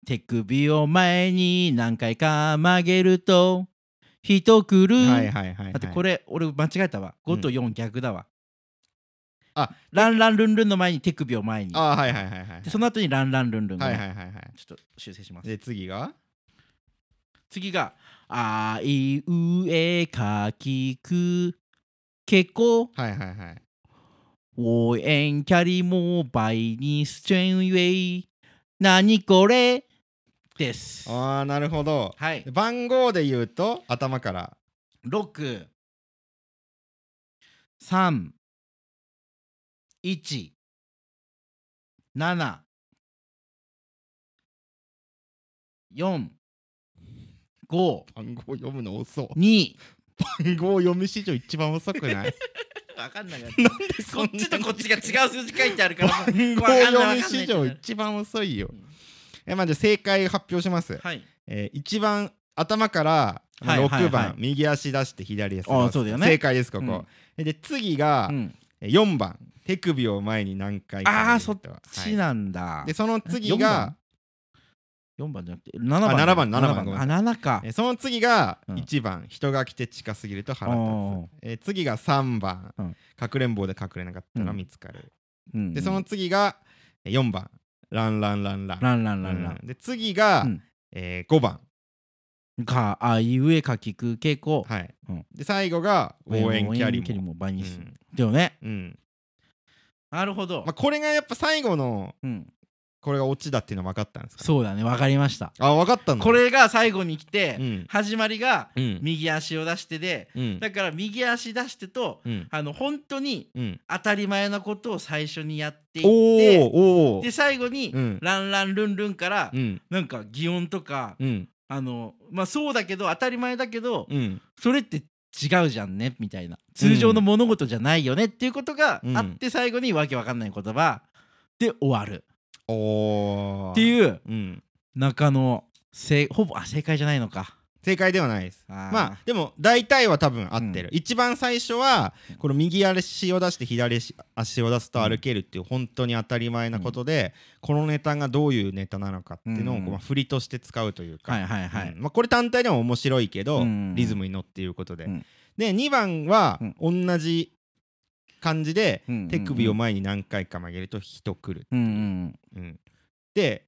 Speaker 2: 手首を前に何回か曲げると人来る
Speaker 1: はいはいはい。
Speaker 2: だってこ
Speaker 1: れ。
Speaker 2: れ俺間違えたわ5と4逆だわ、
Speaker 1: あ
Speaker 2: ランランルンルンの前に手首を前に
Speaker 1: ああはいはいはいはい
Speaker 2: で。その後にランランルンルン、
Speaker 1: はいはいはいはい。
Speaker 2: ちょっと修正します
Speaker 1: で次が
Speaker 2: 次が「あいうえかきくけこ
Speaker 1: はいはいはい。
Speaker 2: 応援キャリモバイにスチェンウェイ何これ?」ですは
Speaker 1: ああなるほど。で
Speaker 2: い
Speaker 1: 番号で言うと頭から。
Speaker 2: 6 3 1 7 4 5
Speaker 1: 番号読むの遅。
Speaker 2: 2
Speaker 1: 番号読み史上一番遅く ない
Speaker 2: 分かんなか
Speaker 1: な
Speaker 2: っ
Speaker 1: んで
Speaker 2: た
Speaker 1: そん
Speaker 2: こ
Speaker 1: な
Speaker 2: っちとこっちが違う数字書いてあるから も
Speaker 1: 番
Speaker 2: う
Speaker 1: 号
Speaker 2: わかんない
Speaker 1: 読み史上一番遅いよ。えまあ、じゃあ正解発表します。
Speaker 2: はい
Speaker 1: えー、一番頭から、まあ、
Speaker 2: はい
Speaker 1: 6
Speaker 2: はい
Speaker 1: 番、
Speaker 2: はい
Speaker 1: 右足出して左足出す
Speaker 2: あーそうだよね
Speaker 1: 正解ですここ、で次が、
Speaker 2: うん
Speaker 1: えー4番手首を前に何回か
Speaker 2: あー
Speaker 1: 入れると
Speaker 2: こっちなんだ
Speaker 1: はい、でその次
Speaker 2: 四番
Speaker 1: が
Speaker 2: 4番じゃなくて7番
Speaker 1: あ7番7番
Speaker 2: あ
Speaker 1: ごめん
Speaker 2: 7か
Speaker 1: えーその次が
Speaker 2: うん
Speaker 1: 1番、人が来て近すぎると腹立
Speaker 2: あ
Speaker 1: つ
Speaker 2: ー、
Speaker 1: えー次が3番、
Speaker 2: うん
Speaker 1: かくれんぼで隠れなかったら
Speaker 2: うん
Speaker 1: 見つかる、
Speaker 2: で
Speaker 1: でその次が4番ランランランラン
Speaker 2: ランランランラン
Speaker 1: うんで次が、
Speaker 2: うん
Speaker 1: え5番
Speaker 2: かあいうえかきくけこ
Speaker 1: はい、
Speaker 2: うん
Speaker 1: で最後が応援キャリ
Speaker 2: 応援キャリ
Speaker 1: も、
Speaker 2: も倍
Speaker 1: う
Speaker 2: にする
Speaker 1: ん
Speaker 2: だよね
Speaker 1: うん、
Speaker 2: なるほど
Speaker 1: まあ、これがやっぱ最後の
Speaker 2: うん
Speaker 1: これがオチだっていうのは分かったんですか
Speaker 2: そうだね分かりました
Speaker 1: あ分かったんだ
Speaker 2: これが最後に来
Speaker 1: う
Speaker 2: て
Speaker 1: ん
Speaker 2: 始まりが
Speaker 1: うん
Speaker 2: 右足を出してで
Speaker 1: うん
Speaker 2: だから右足出してと
Speaker 1: うん
Speaker 2: あの本当に
Speaker 1: うん
Speaker 2: 当たり前のことを最初にやってい
Speaker 1: お
Speaker 2: って
Speaker 1: おおー
Speaker 2: で最後に
Speaker 1: うん
Speaker 2: ランランルンルンから
Speaker 1: うん
Speaker 2: なんか擬音とか
Speaker 1: うん
Speaker 2: あのまあそうだけど当たり前だけど
Speaker 1: うん
Speaker 2: それって違うじゃんねみたいな通常の物事じゃないよねっていうことがあって最後にわけわかんない言葉で終わる
Speaker 1: おお
Speaker 2: って
Speaker 1: う、
Speaker 2: いう
Speaker 1: うん、
Speaker 2: 中のせいほぼあ正解じゃないのか
Speaker 1: 正解ではないです
Speaker 2: あー
Speaker 1: まあでも大体は多分合ってる、一番最初はこの右足を出して左足を出すと歩けるっていう本当に当たり前なことで、このネタがどういうネタなのかっていうのをこ
Speaker 2: うん
Speaker 1: う、まあ、振りとして使うというか、
Speaker 2: はいはいはい、
Speaker 1: うんまあ、これ単体でも面白いけど、
Speaker 2: うん
Speaker 1: リズムに乗っていうことで、
Speaker 2: うん
Speaker 1: で2番は同じ感じで、
Speaker 2: うんうんうん
Speaker 1: 手首を前に何回か曲げると人来る、
Speaker 2: うんうん
Speaker 1: うんで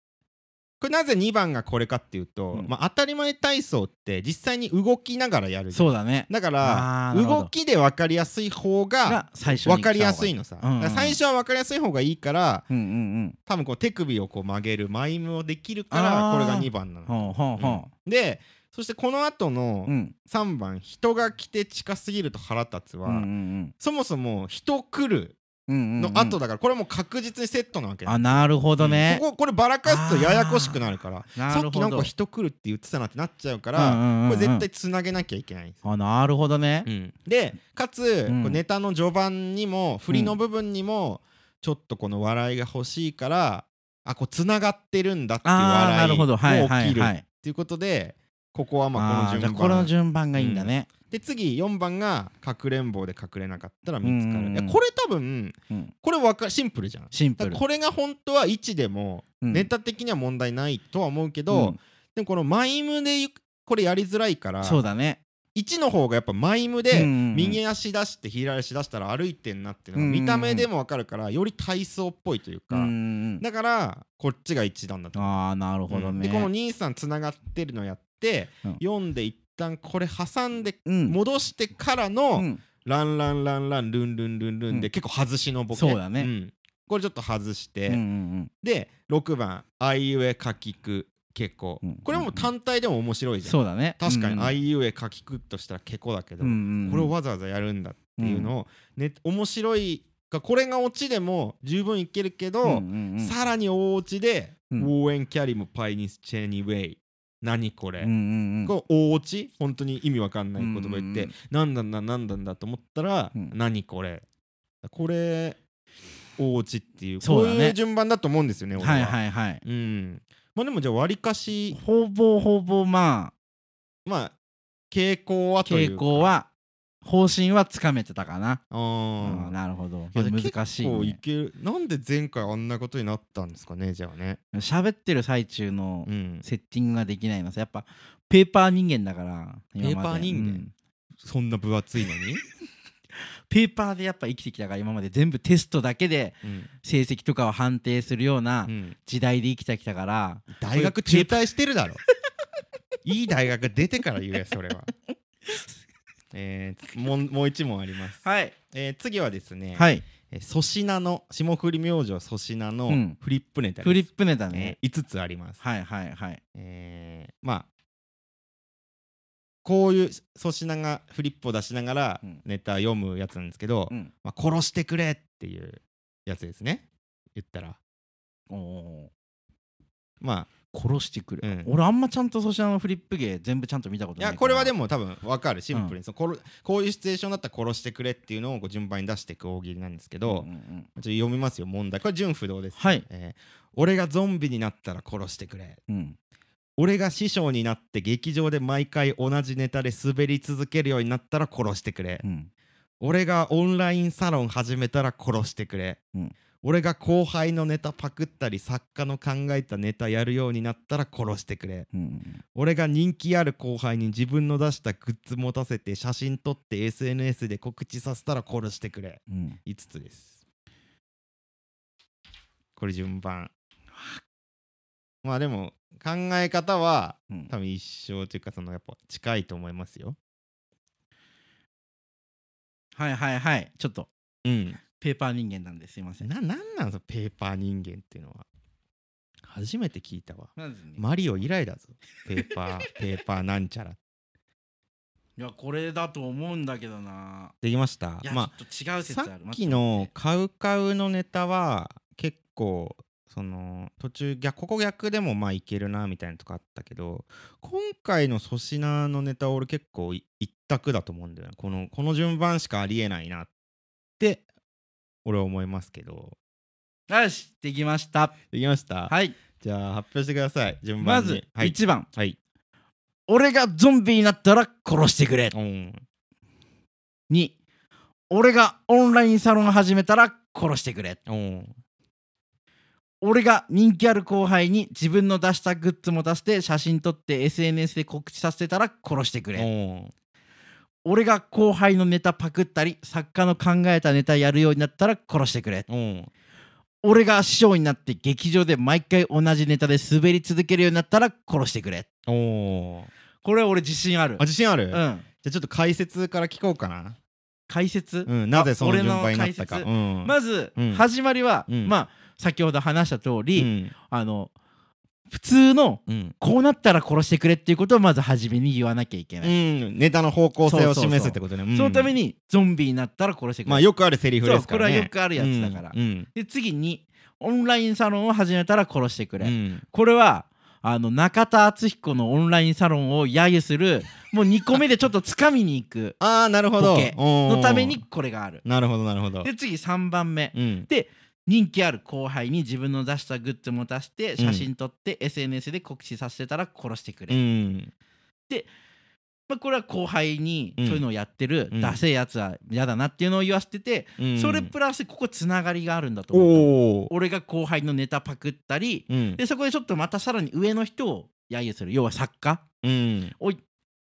Speaker 1: これなぜ2番がこれかっていうと、
Speaker 2: うん
Speaker 1: まあ、当たり前体操って実際に動きながらやるじゃん
Speaker 2: そうだね
Speaker 1: だから
Speaker 2: あーなるほど
Speaker 1: 動きで分かりやすい方が
Speaker 2: が最初に
Speaker 1: 分かりやすいのさ、
Speaker 2: うんうんうん
Speaker 1: だから最初は分かりやすい方がいいから
Speaker 2: うんうんうん
Speaker 1: 多分こう手首をこう曲げるマイムをできるか
Speaker 2: あ
Speaker 1: ら
Speaker 2: ー
Speaker 1: これが2番なの。
Speaker 2: ほうほうほ
Speaker 1: でそしてこの後の
Speaker 2: ううん
Speaker 1: 3番「人が来て近すぎると腹立つは」
Speaker 2: うんうんうん
Speaker 1: そもそも「人来る」
Speaker 2: うん
Speaker 1: の後だからこれはもう確実にセットなわけだ
Speaker 2: あなるほどね、
Speaker 1: こここればらかすとややこしくなるから
Speaker 2: なるほ
Speaker 1: さ
Speaker 2: ど
Speaker 1: っきなんか人来るって言ってたなってなっちゃうか
Speaker 2: うんうんうんうん
Speaker 1: らこれ絶対つなげなきゃいけないんですよ
Speaker 2: あなるほどね、
Speaker 1: でかつ
Speaker 2: うん
Speaker 1: こうネタの序盤にも振りの部分にもちょっとこの笑いが欲しいからあこうつながってるんだっていう
Speaker 2: ああな
Speaker 1: 笑
Speaker 2: る
Speaker 1: い
Speaker 2: ほどはい
Speaker 1: も
Speaker 2: は
Speaker 1: 起き
Speaker 2: い
Speaker 1: る
Speaker 2: は
Speaker 1: っ
Speaker 2: い
Speaker 1: ていうことでここはまあこ
Speaker 2: あー
Speaker 1: の
Speaker 2: じゃあ
Speaker 1: 順
Speaker 2: この
Speaker 1: 番
Speaker 2: 順番がいいんだね、
Speaker 1: で次4番が「かくれんぼで隠れなかったら見つか
Speaker 2: うん
Speaker 1: る」
Speaker 2: うん
Speaker 1: い
Speaker 2: うん
Speaker 1: やこれ多分
Speaker 2: うん
Speaker 1: これわかシンプルじゃん。
Speaker 2: シン
Speaker 1: だ
Speaker 2: プ
Speaker 1: か
Speaker 2: ル
Speaker 1: らこれが本当は1でも
Speaker 2: うん
Speaker 1: ネタ的には問題ないとは思うけ
Speaker 2: う
Speaker 1: ど
Speaker 2: ん
Speaker 1: でもこのマイムでゆこれやりづらいから
Speaker 2: そうだね
Speaker 1: 1の方がやっぱマイム
Speaker 2: う
Speaker 1: で
Speaker 2: ん
Speaker 1: 右足出して左足出したら歩いてんなっていうの
Speaker 2: うん
Speaker 1: が見た目でも分かるからより体操っぽいという
Speaker 2: うん
Speaker 1: か
Speaker 2: うん
Speaker 1: だからこっちが1なんだと。
Speaker 2: ああなるほど
Speaker 1: うん
Speaker 2: ね、
Speaker 1: でこの兄さんつながってるのやって
Speaker 2: うん
Speaker 1: 読んで一旦これ挟んで
Speaker 2: うん
Speaker 1: 戻してから
Speaker 2: う
Speaker 1: の
Speaker 2: ん
Speaker 1: ランランランランルンルンルンルン
Speaker 2: う
Speaker 1: で
Speaker 2: ん
Speaker 1: 結構外しのボケ
Speaker 2: そうだね
Speaker 1: んこれちょっと外し
Speaker 2: うんうんう
Speaker 1: て
Speaker 2: ん
Speaker 1: で6番「あいうえかきくけこ
Speaker 2: うん」
Speaker 1: これはもう単体でも面白いじゃん
Speaker 2: そうだね
Speaker 1: 確かに「あ
Speaker 2: い
Speaker 1: いうえかきく」としたらけこだけど
Speaker 2: うん
Speaker 1: これをわざわざやるんだっていうのをね面白いかこれがオチでも十分いけるけ
Speaker 2: うんう
Speaker 1: ど
Speaker 2: んうん
Speaker 1: さらに大オチで
Speaker 2: うん
Speaker 1: 応援キャリもパイニスチェニウェイ何これ
Speaker 2: うんうんうん
Speaker 1: これ大オチ本当に意味わかんない言葉言っ
Speaker 2: う
Speaker 1: て
Speaker 2: ん
Speaker 1: なんだんだなんだんだと思ったら
Speaker 2: うん
Speaker 1: 何これこれ大オチっていう
Speaker 2: そ
Speaker 1: こ
Speaker 2: う
Speaker 1: う
Speaker 2: だね
Speaker 1: いう順番だと思うんですよね俺
Speaker 2: はい
Speaker 1: は
Speaker 2: はいはい
Speaker 1: うんまあでもじゃあわりかし
Speaker 2: ほぼほぼま
Speaker 1: まあ傾向は
Speaker 2: あ
Speaker 1: というか
Speaker 2: 傾向は方針はつかめてたかな、
Speaker 1: うん
Speaker 2: うんなるほど
Speaker 1: いやで
Speaker 2: 難し
Speaker 1: 結
Speaker 2: い、
Speaker 1: 構い
Speaker 2: ね、
Speaker 1: けるなんで前回あんなことになったんですかねじゃあね
Speaker 2: 喋ってる最中の
Speaker 1: うん
Speaker 2: セッティングができないのさやっぱペーパー人間だから今まで
Speaker 1: ペーパー人間
Speaker 2: うん
Speaker 1: そんな分厚いの に、
Speaker 2: ペーパーでやっぱ生きてきたから今まで全部テストだけで
Speaker 1: うん
Speaker 2: 成績とかを判定するような
Speaker 1: うん
Speaker 2: 時代で生きてきたから、
Speaker 1: 大学中退してるだろ いい大学出てから言えそれは えーつもうもう一問あります、
Speaker 2: はい
Speaker 1: えー次はですね
Speaker 2: はい
Speaker 1: えー粗品の霜降り明星粗品
Speaker 2: う
Speaker 1: の
Speaker 2: ん
Speaker 1: フリップネタです、
Speaker 2: フリップネタね、
Speaker 1: えー5つあります、
Speaker 2: はいはいはい
Speaker 1: えーまあこういう粗品がフリップを出しながら
Speaker 2: うん
Speaker 1: ネタ読むやつなんですけど、
Speaker 2: うん
Speaker 1: まあ、殺してくれっていうやつですね言ったら
Speaker 2: おお
Speaker 1: ま
Speaker 2: 殺してくる、
Speaker 1: うん
Speaker 2: 俺あんまちゃんと粗品のフリップ芸全部ちゃんと見たこ
Speaker 1: あ
Speaker 2: と
Speaker 1: い
Speaker 2: ない
Speaker 1: やこれはで
Speaker 2: も
Speaker 1: も多分分かるシンプルに、そのころこういうシチュエーションだったら殺してくれっていうのをこう順番に出していく大喜利なんですけど、ちょっと読みますよ問題これ純不動です、
Speaker 2: はい
Speaker 1: えー俺がゾンビになったら殺してくれ
Speaker 2: うん
Speaker 1: 俺が師匠になって劇場で毎回同じネタで滑り続けるようになったら殺してくれ、
Speaker 2: うん
Speaker 1: 俺がオンラインサロン始めたら殺してくれ、
Speaker 2: うん
Speaker 1: 俺が後輩のネタパクったり作家の考えたネタやるようになったら殺してくれ
Speaker 2: うんうん
Speaker 1: 俺が人気ある後輩に自分の出したグッズ持たせて写真撮って SNS で告知させたら殺してくれ
Speaker 2: うん
Speaker 1: 5つですこれ順番まあでも考え方は
Speaker 2: うん
Speaker 1: 多分一緒というかそのやっぱ近いと思いますよ
Speaker 2: はいはいはいちょっと
Speaker 1: うん
Speaker 2: ペーパー人間なんですいません
Speaker 1: ななんなんそのペーパー人間っていうのは初めて聞いたわ
Speaker 2: なんですね
Speaker 1: マリオ以来だぞペーパ ーペーパーなんちゃら
Speaker 2: いやこれだと思うんだけどな
Speaker 1: できました
Speaker 2: いや、
Speaker 1: ま
Speaker 2: ちょっと違
Speaker 1: あ
Speaker 2: う説あ
Speaker 1: さ
Speaker 2: る
Speaker 1: っきの「カウカウ」のネタは結構その途中逆ここ逆でもまあいけるなみたいなとこあったけど今回の粗品のネタ俺結構い一択だと思うんだよなこのこの順番しかありえないなって俺は思いますけど
Speaker 2: 待ってよしできました
Speaker 1: できました、
Speaker 2: はい
Speaker 1: じゃあ発表してください順
Speaker 2: ま
Speaker 1: 番に
Speaker 2: ず
Speaker 1: はい
Speaker 2: 1番、
Speaker 1: はい。
Speaker 2: 俺がゾンビになったら殺してくれ
Speaker 1: うん。
Speaker 2: 2俺がオンラインサロン始めたら殺してくれ
Speaker 1: うん。
Speaker 2: 俺が人気ある後輩に自分の出したグッズも出して写真撮って SNS で告知させてたら殺してく
Speaker 1: う
Speaker 2: れ、
Speaker 1: ん。
Speaker 2: 俺が後輩のネタパクったり作家の考えたネタやるようになったら殺してくれ
Speaker 1: うん。
Speaker 2: 俺が師匠になって劇場で毎回同じネタで滑り続けるようになったら殺してくれ
Speaker 1: おん。
Speaker 2: これは俺自信ある
Speaker 1: あ、自信ある、
Speaker 2: う
Speaker 1: じゃ
Speaker 2: ん
Speaker 1: あちょっと解説から聞こうかな。
Speaker 2: 解説、
Speaker 1: うん。なぜその
Speaker 2: 俺
Speaker 1: 順
Speaker 2: の
Speaker 1: 番になったか。
Speaker 2: 解
Speaker 1: う
Speaker 2: 説
Speaker 1: ん。
Speaker 2: まず、
Speaker 1: うん
Speaker 2: 始まりは、
Speaker 1: うん
Speaker 2: まあ先ほど話した通
Speaker 1: う
Speaker 2: り、
Speaker 1: ん。
Speaker 2: あの普通の
Speaker 1: うん、
Speaker 2: こうなったら殺してくれっていうことをまず初めに言わなきゃいけ
Speaker 1: う
Speaker 2: ない、
Speaker 1: ん、ネタの方向性
Speaker 2: そ
Speaker 1: を
Speaker 2: うそうそう
Speaker 1: 示すってことねうん
Speaker 2: そのためにゾンビになったら殺してくれ、
Speaker 1: まあよくあるセリフですからね
Speaker 2: そうこれはよくあるやつだから
Speaker 1: うんうん
Speaker 2: で次にオンラインサロンを始めたら殺してくれ、
Speaker 1: うん
Speaker 2: これはあの中田敦彦のオンラインサロンを揶揄するもう2個目でちょっとつかみに行く
Speaker 1: ああなるほど
Speaker 2: ボケ
Speaker 1: おー
Speaker 2: のためにこれがある
Speaker 1: なるほどなるほど
Speaker 2: で次3番目
Speaker 1: うん
Speaker 2: 人気ある後輩に自分の出したグッズも出して写真撮って SNS で告知させてたら殺してくれ、
Speaker 1: うん
Speaker 2: まあ、これは後輩に
Speaker 1: う
Speaker 2: そ
Speaker 1: ん
Speaker 2: ういうのをやってる、
Speaker 1: うん
Speaker 2: ダセえやつは嫌だなっていうのを言わせてて、
Speaker 1: うん
Speaker 2: それプラスここつながりがあるんだと思った
Speaker 1: おお
Speaker 2: 俺が後輩のネタパクったり
Speaker 1: うん
Speaker 2: でそこでちょっとまたさらに上の人を揶揄する要は作家
Speaker 1: うん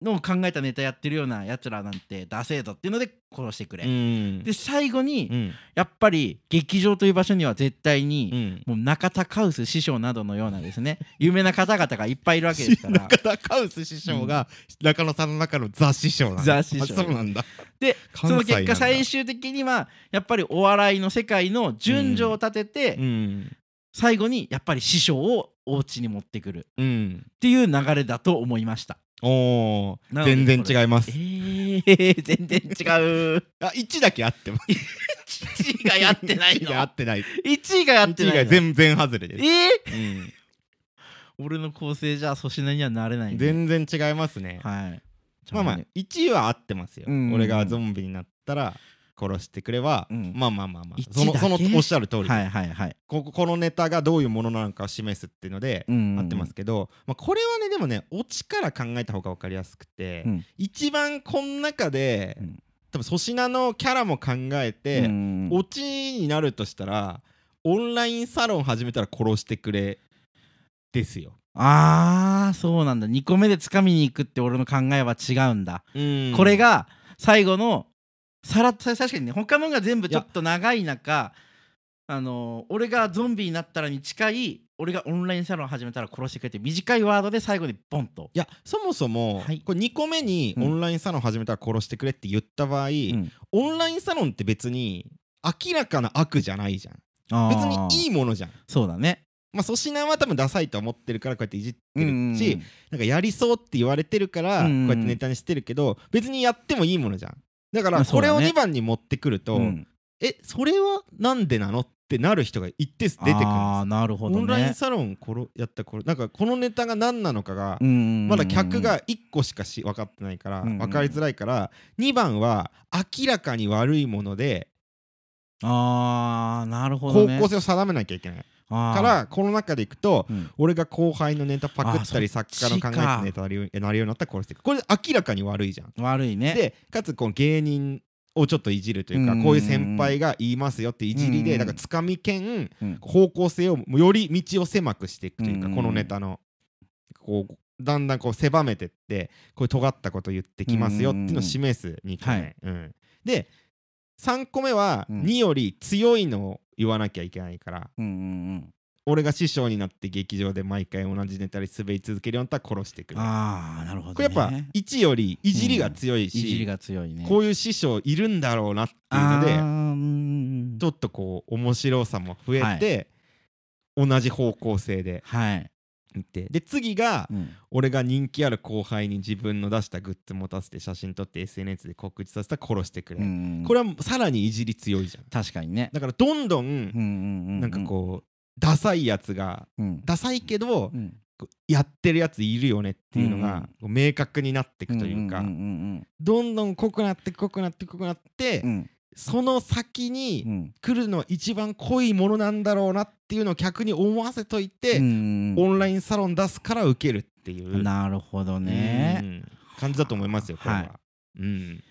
Speaker 2: の考えたネタやってるようなやつらなんてダセえぞっていうので殺してくれ、
Speaker 1: うん
Speaker 2: で最後に、
Speaker 1: うん
Speaker 2: やっぱり劇場という場所には絶対に、
Speaker 1: うん
Speaker 2: もう中田カウス師匠などのようなですね有名な方々がいっぱいいるわけ ですから
Speaker 1: 中田カウス師匠が中野さんの中のザ師匠なんだ
Speaker 2: ザ師匠
Speaker 1: あそうなんだ
Speaker 2: で
Speaker 1: 関
Speaker 2: その
Speaker 1: 西なん
Speaker 2: 結
Speaker 1: だ
Speaker 2: 果最終的にはやっぱりお笑いの世界の順序を立てて、
Speaker 1: うん
Speaker 2: 最後にやっぱり師匠をお家に持ってくるっ
Speaker 1: うん
Speaker 2: ていう流れだと思いました
Speaker 1: おお
Speaker 2: なので
Speaker 1: 全然
Speaker 2: これ
Speaker 1: 違いま
Speaker 2: え
Speaker 1: す
Speaker 2: ー、全然違う
Speaker 1: あ1だけ合ってます
Speaker 2: 1位がやって ないの
Speaker 1: 1が合ってないです
Speaker 2: 1位がやって
Speaker 1: 1以
Speaker 2: な
Speaker 1: 外
Speaker 2: いの
Speaker 1: 全然外れ
Speaker 2: え
Speaker 1: です、
Speaker 2: ー、
Speaker 1: うん
Speaker 2: 俺の構成じゃ粗品にはなれないね
Speaker 1: 全然違いますね
Speaker 2: はい
Speaker 1: まあまあ1位は合ってますよ、
Speaker 2: うん
Speaker 1: 俺がゾンビになったら殺してくれは、
Speaker 2: うん
Speaker 1: まあまあまあまあ
Speaker 2: 一
Speaker 1: その
Speaker 2: だけ
Speaker 1: そのおっしゃる通り、
Speaker 2: はいはいはい
Speaker 1: こここのネタがどういうものなのかを示すっていうので、
Speaker 2: うん
Speaker 1: 合ってますけど、まあ、これはねでもねオチから考えた方が分かりやすくて、
Speaker 2: うん
Speaker 1: 一番この中で、
Speaker 2: うん
Speaker 1: 多分粗品のキャラも考え
Speaker 2: う
Speaker 1: て、
Speaker 2: ん
Speaker 1: オチになるとしたらオンラインサロン始めたら殺してくれですよ。
Speaker 2: あーそうなんだ2個目で掴みに行くって俺の考えは違うんだ、
Speaker 1: うん
Speaker 2: これが最後のさらっと確かにね他のが全部ちょっと長い中あのー俺がゾンビになったらに近い俺がオンラインサロン始めたら殺してくれって短いワードで最後にボンと、
Speaker 1: いやそもそも、
Speaker 2: はい
Speaker 1: これ2個目に
Speaker 2: う
Speaker 1: オ
Speaker 2: ん
Speaker 1: ンラインサロン始めたら殺してくれって言った場合、
Speaker 2: ん
Speaker 1: オンラインサロンって別に明らかな悪じゃないじゃん
Speaker 2: あ
Speaker 1: 別
Speaker 2: ー
Speaker 1: にいいものじゃん
Speaker 2: そうだね
Speaker 1: まあ粗品は多分ダサいと思ってるからこうやっていじって
Speaker 2: う
Speaker 1: るし、
Speaker 2: ん
Speaker 1: なんかやりそうって言われてるから
Speaker 2: う
Speaker 1: こ
Speaker 2: ん
Speaker 1: う
Speaker 2: うん
Speaker 1: やってネタにしてるけど別にやってもいいものじゃんだか
Speaker 2: まあ
Speaker 1: ら
Speaker 2: そ
Speaker 1: こ
Speaker 2: うだ
Speaker 1: れ
Speaker 2: ね
Speaker 1: を2番に持ってくると、
Speaker 2: うん
Speaker 1: えそれはなんでなのってなる人が一定数出てくるんです
Speaker 2: あーなるほどね
Speaker 1: オンラインサロンこれやったこれなんかこのネタが何なのかが
Speaker 2: うんうんうん
Speaker 1: まだ客が1個しかし分かってないから
Speaker 2: うんうん
Speaker 1: 分かりづらいから2番は明らかに悪いもので
Speaker 2: あーなるほ
Speaker 1: 方
Speaker 2: どね
Speaker 1: 向性を定めなきゃいけない
Speaker 2: あー
Speaker 1: からこの中でいくと
Speaker 2: うん
Speaker 1: 俺が後輩のネタパクったり
Speaker 2: あ
Speaker 1: 作家の考えたネタになるようになったら殺していくこれ明らかに悪いじゃん。
Speaker 2: 悪いね
Speaker 1: でかつこの芸人をちょっといじるというか
Speaker 2: うん
Speaker 1: こういう先輩が言いますよっていじり
Speaker 2: う
Speaker 1: で
Speaker 2: ん
Speaker 1: だからつかみ兼
Speaker 2: うん
Speaker 1: 方向性をより道を狭くしていくというか
Speaker 2: うん
Speaker 1: このネタのこうだんだんこう狭めてってこういう尖ったこと言ってきますよっていうのを示す2個目。うんで3個目は
Speaker 2: うん
Speaker 1: 2より強いのを言わなきゃいけないから
Speaker 2: うんうん
Speaker 1: 俺が師匠になって劇場で毎回同じネタで滑り続けるようになったら殺してく
Speaker 2: うん
Speaker 1: れ。
Speaker 2: ああなるほど、ね、
Speaker 1: これやっぱ1よりいじりが強い
Speaker 2: いじり
Speaker 1: し
Speaker 2: が強いね
Speaker 1: こういう師匠いるんだろうなって
Speaker 2: あ
Speaker 1: いうので
Speaker 2: ーうん
Speaker 1: ちょっとこう面白さも増えて同じ方向性で
Speaker 2: はい、
Speaker 1: いってで次が
Speaker 2: うん
Speaker 1: 俺が人気ある後輩に自分の出したグッズ持たせて写真撮って SNS で告知させたら殺してく
Speaker 2: う
Speaker 1: れ
Speaker 2: ん、
Speaker 1: こ
Speaker 2: れ
Speaker 1: れはさらにいじり強いじゃん
Speaker 2: 確かにね
Speaker 1: だからどんどん
Speaker 2: うんうんうん
Speaker 1: なんかこうダサいやつが
Speaker 2: うん、うん
Speaker 1: ダサいけど
Speaker 2: うん、
Speaker 1: こうやってるやついるよねっていうの
Speaker 2: うんうん
Speaker 1: がこう明確になっていくというか
Speaker 2: うんうん
Speaker 1: どんどん濃くなって濃くなって濃くなって
Speaker 2: うんうん
Speaker 1: その先に
Speaker 2: うんうん
Speaker 1: 来るのは一番濃いものなんだろうなっていうのを客に思わせといて、
Speaker 2: うん
Speaker 1: オンラインサロン出すから受けるっていう
Speaker 2: なるほど
Speaker 1: う
Speaker 2: ね、
Speaker 1: ん感じだと思いますよこれは、
Speaker 2: はい
Speaker 1: うん、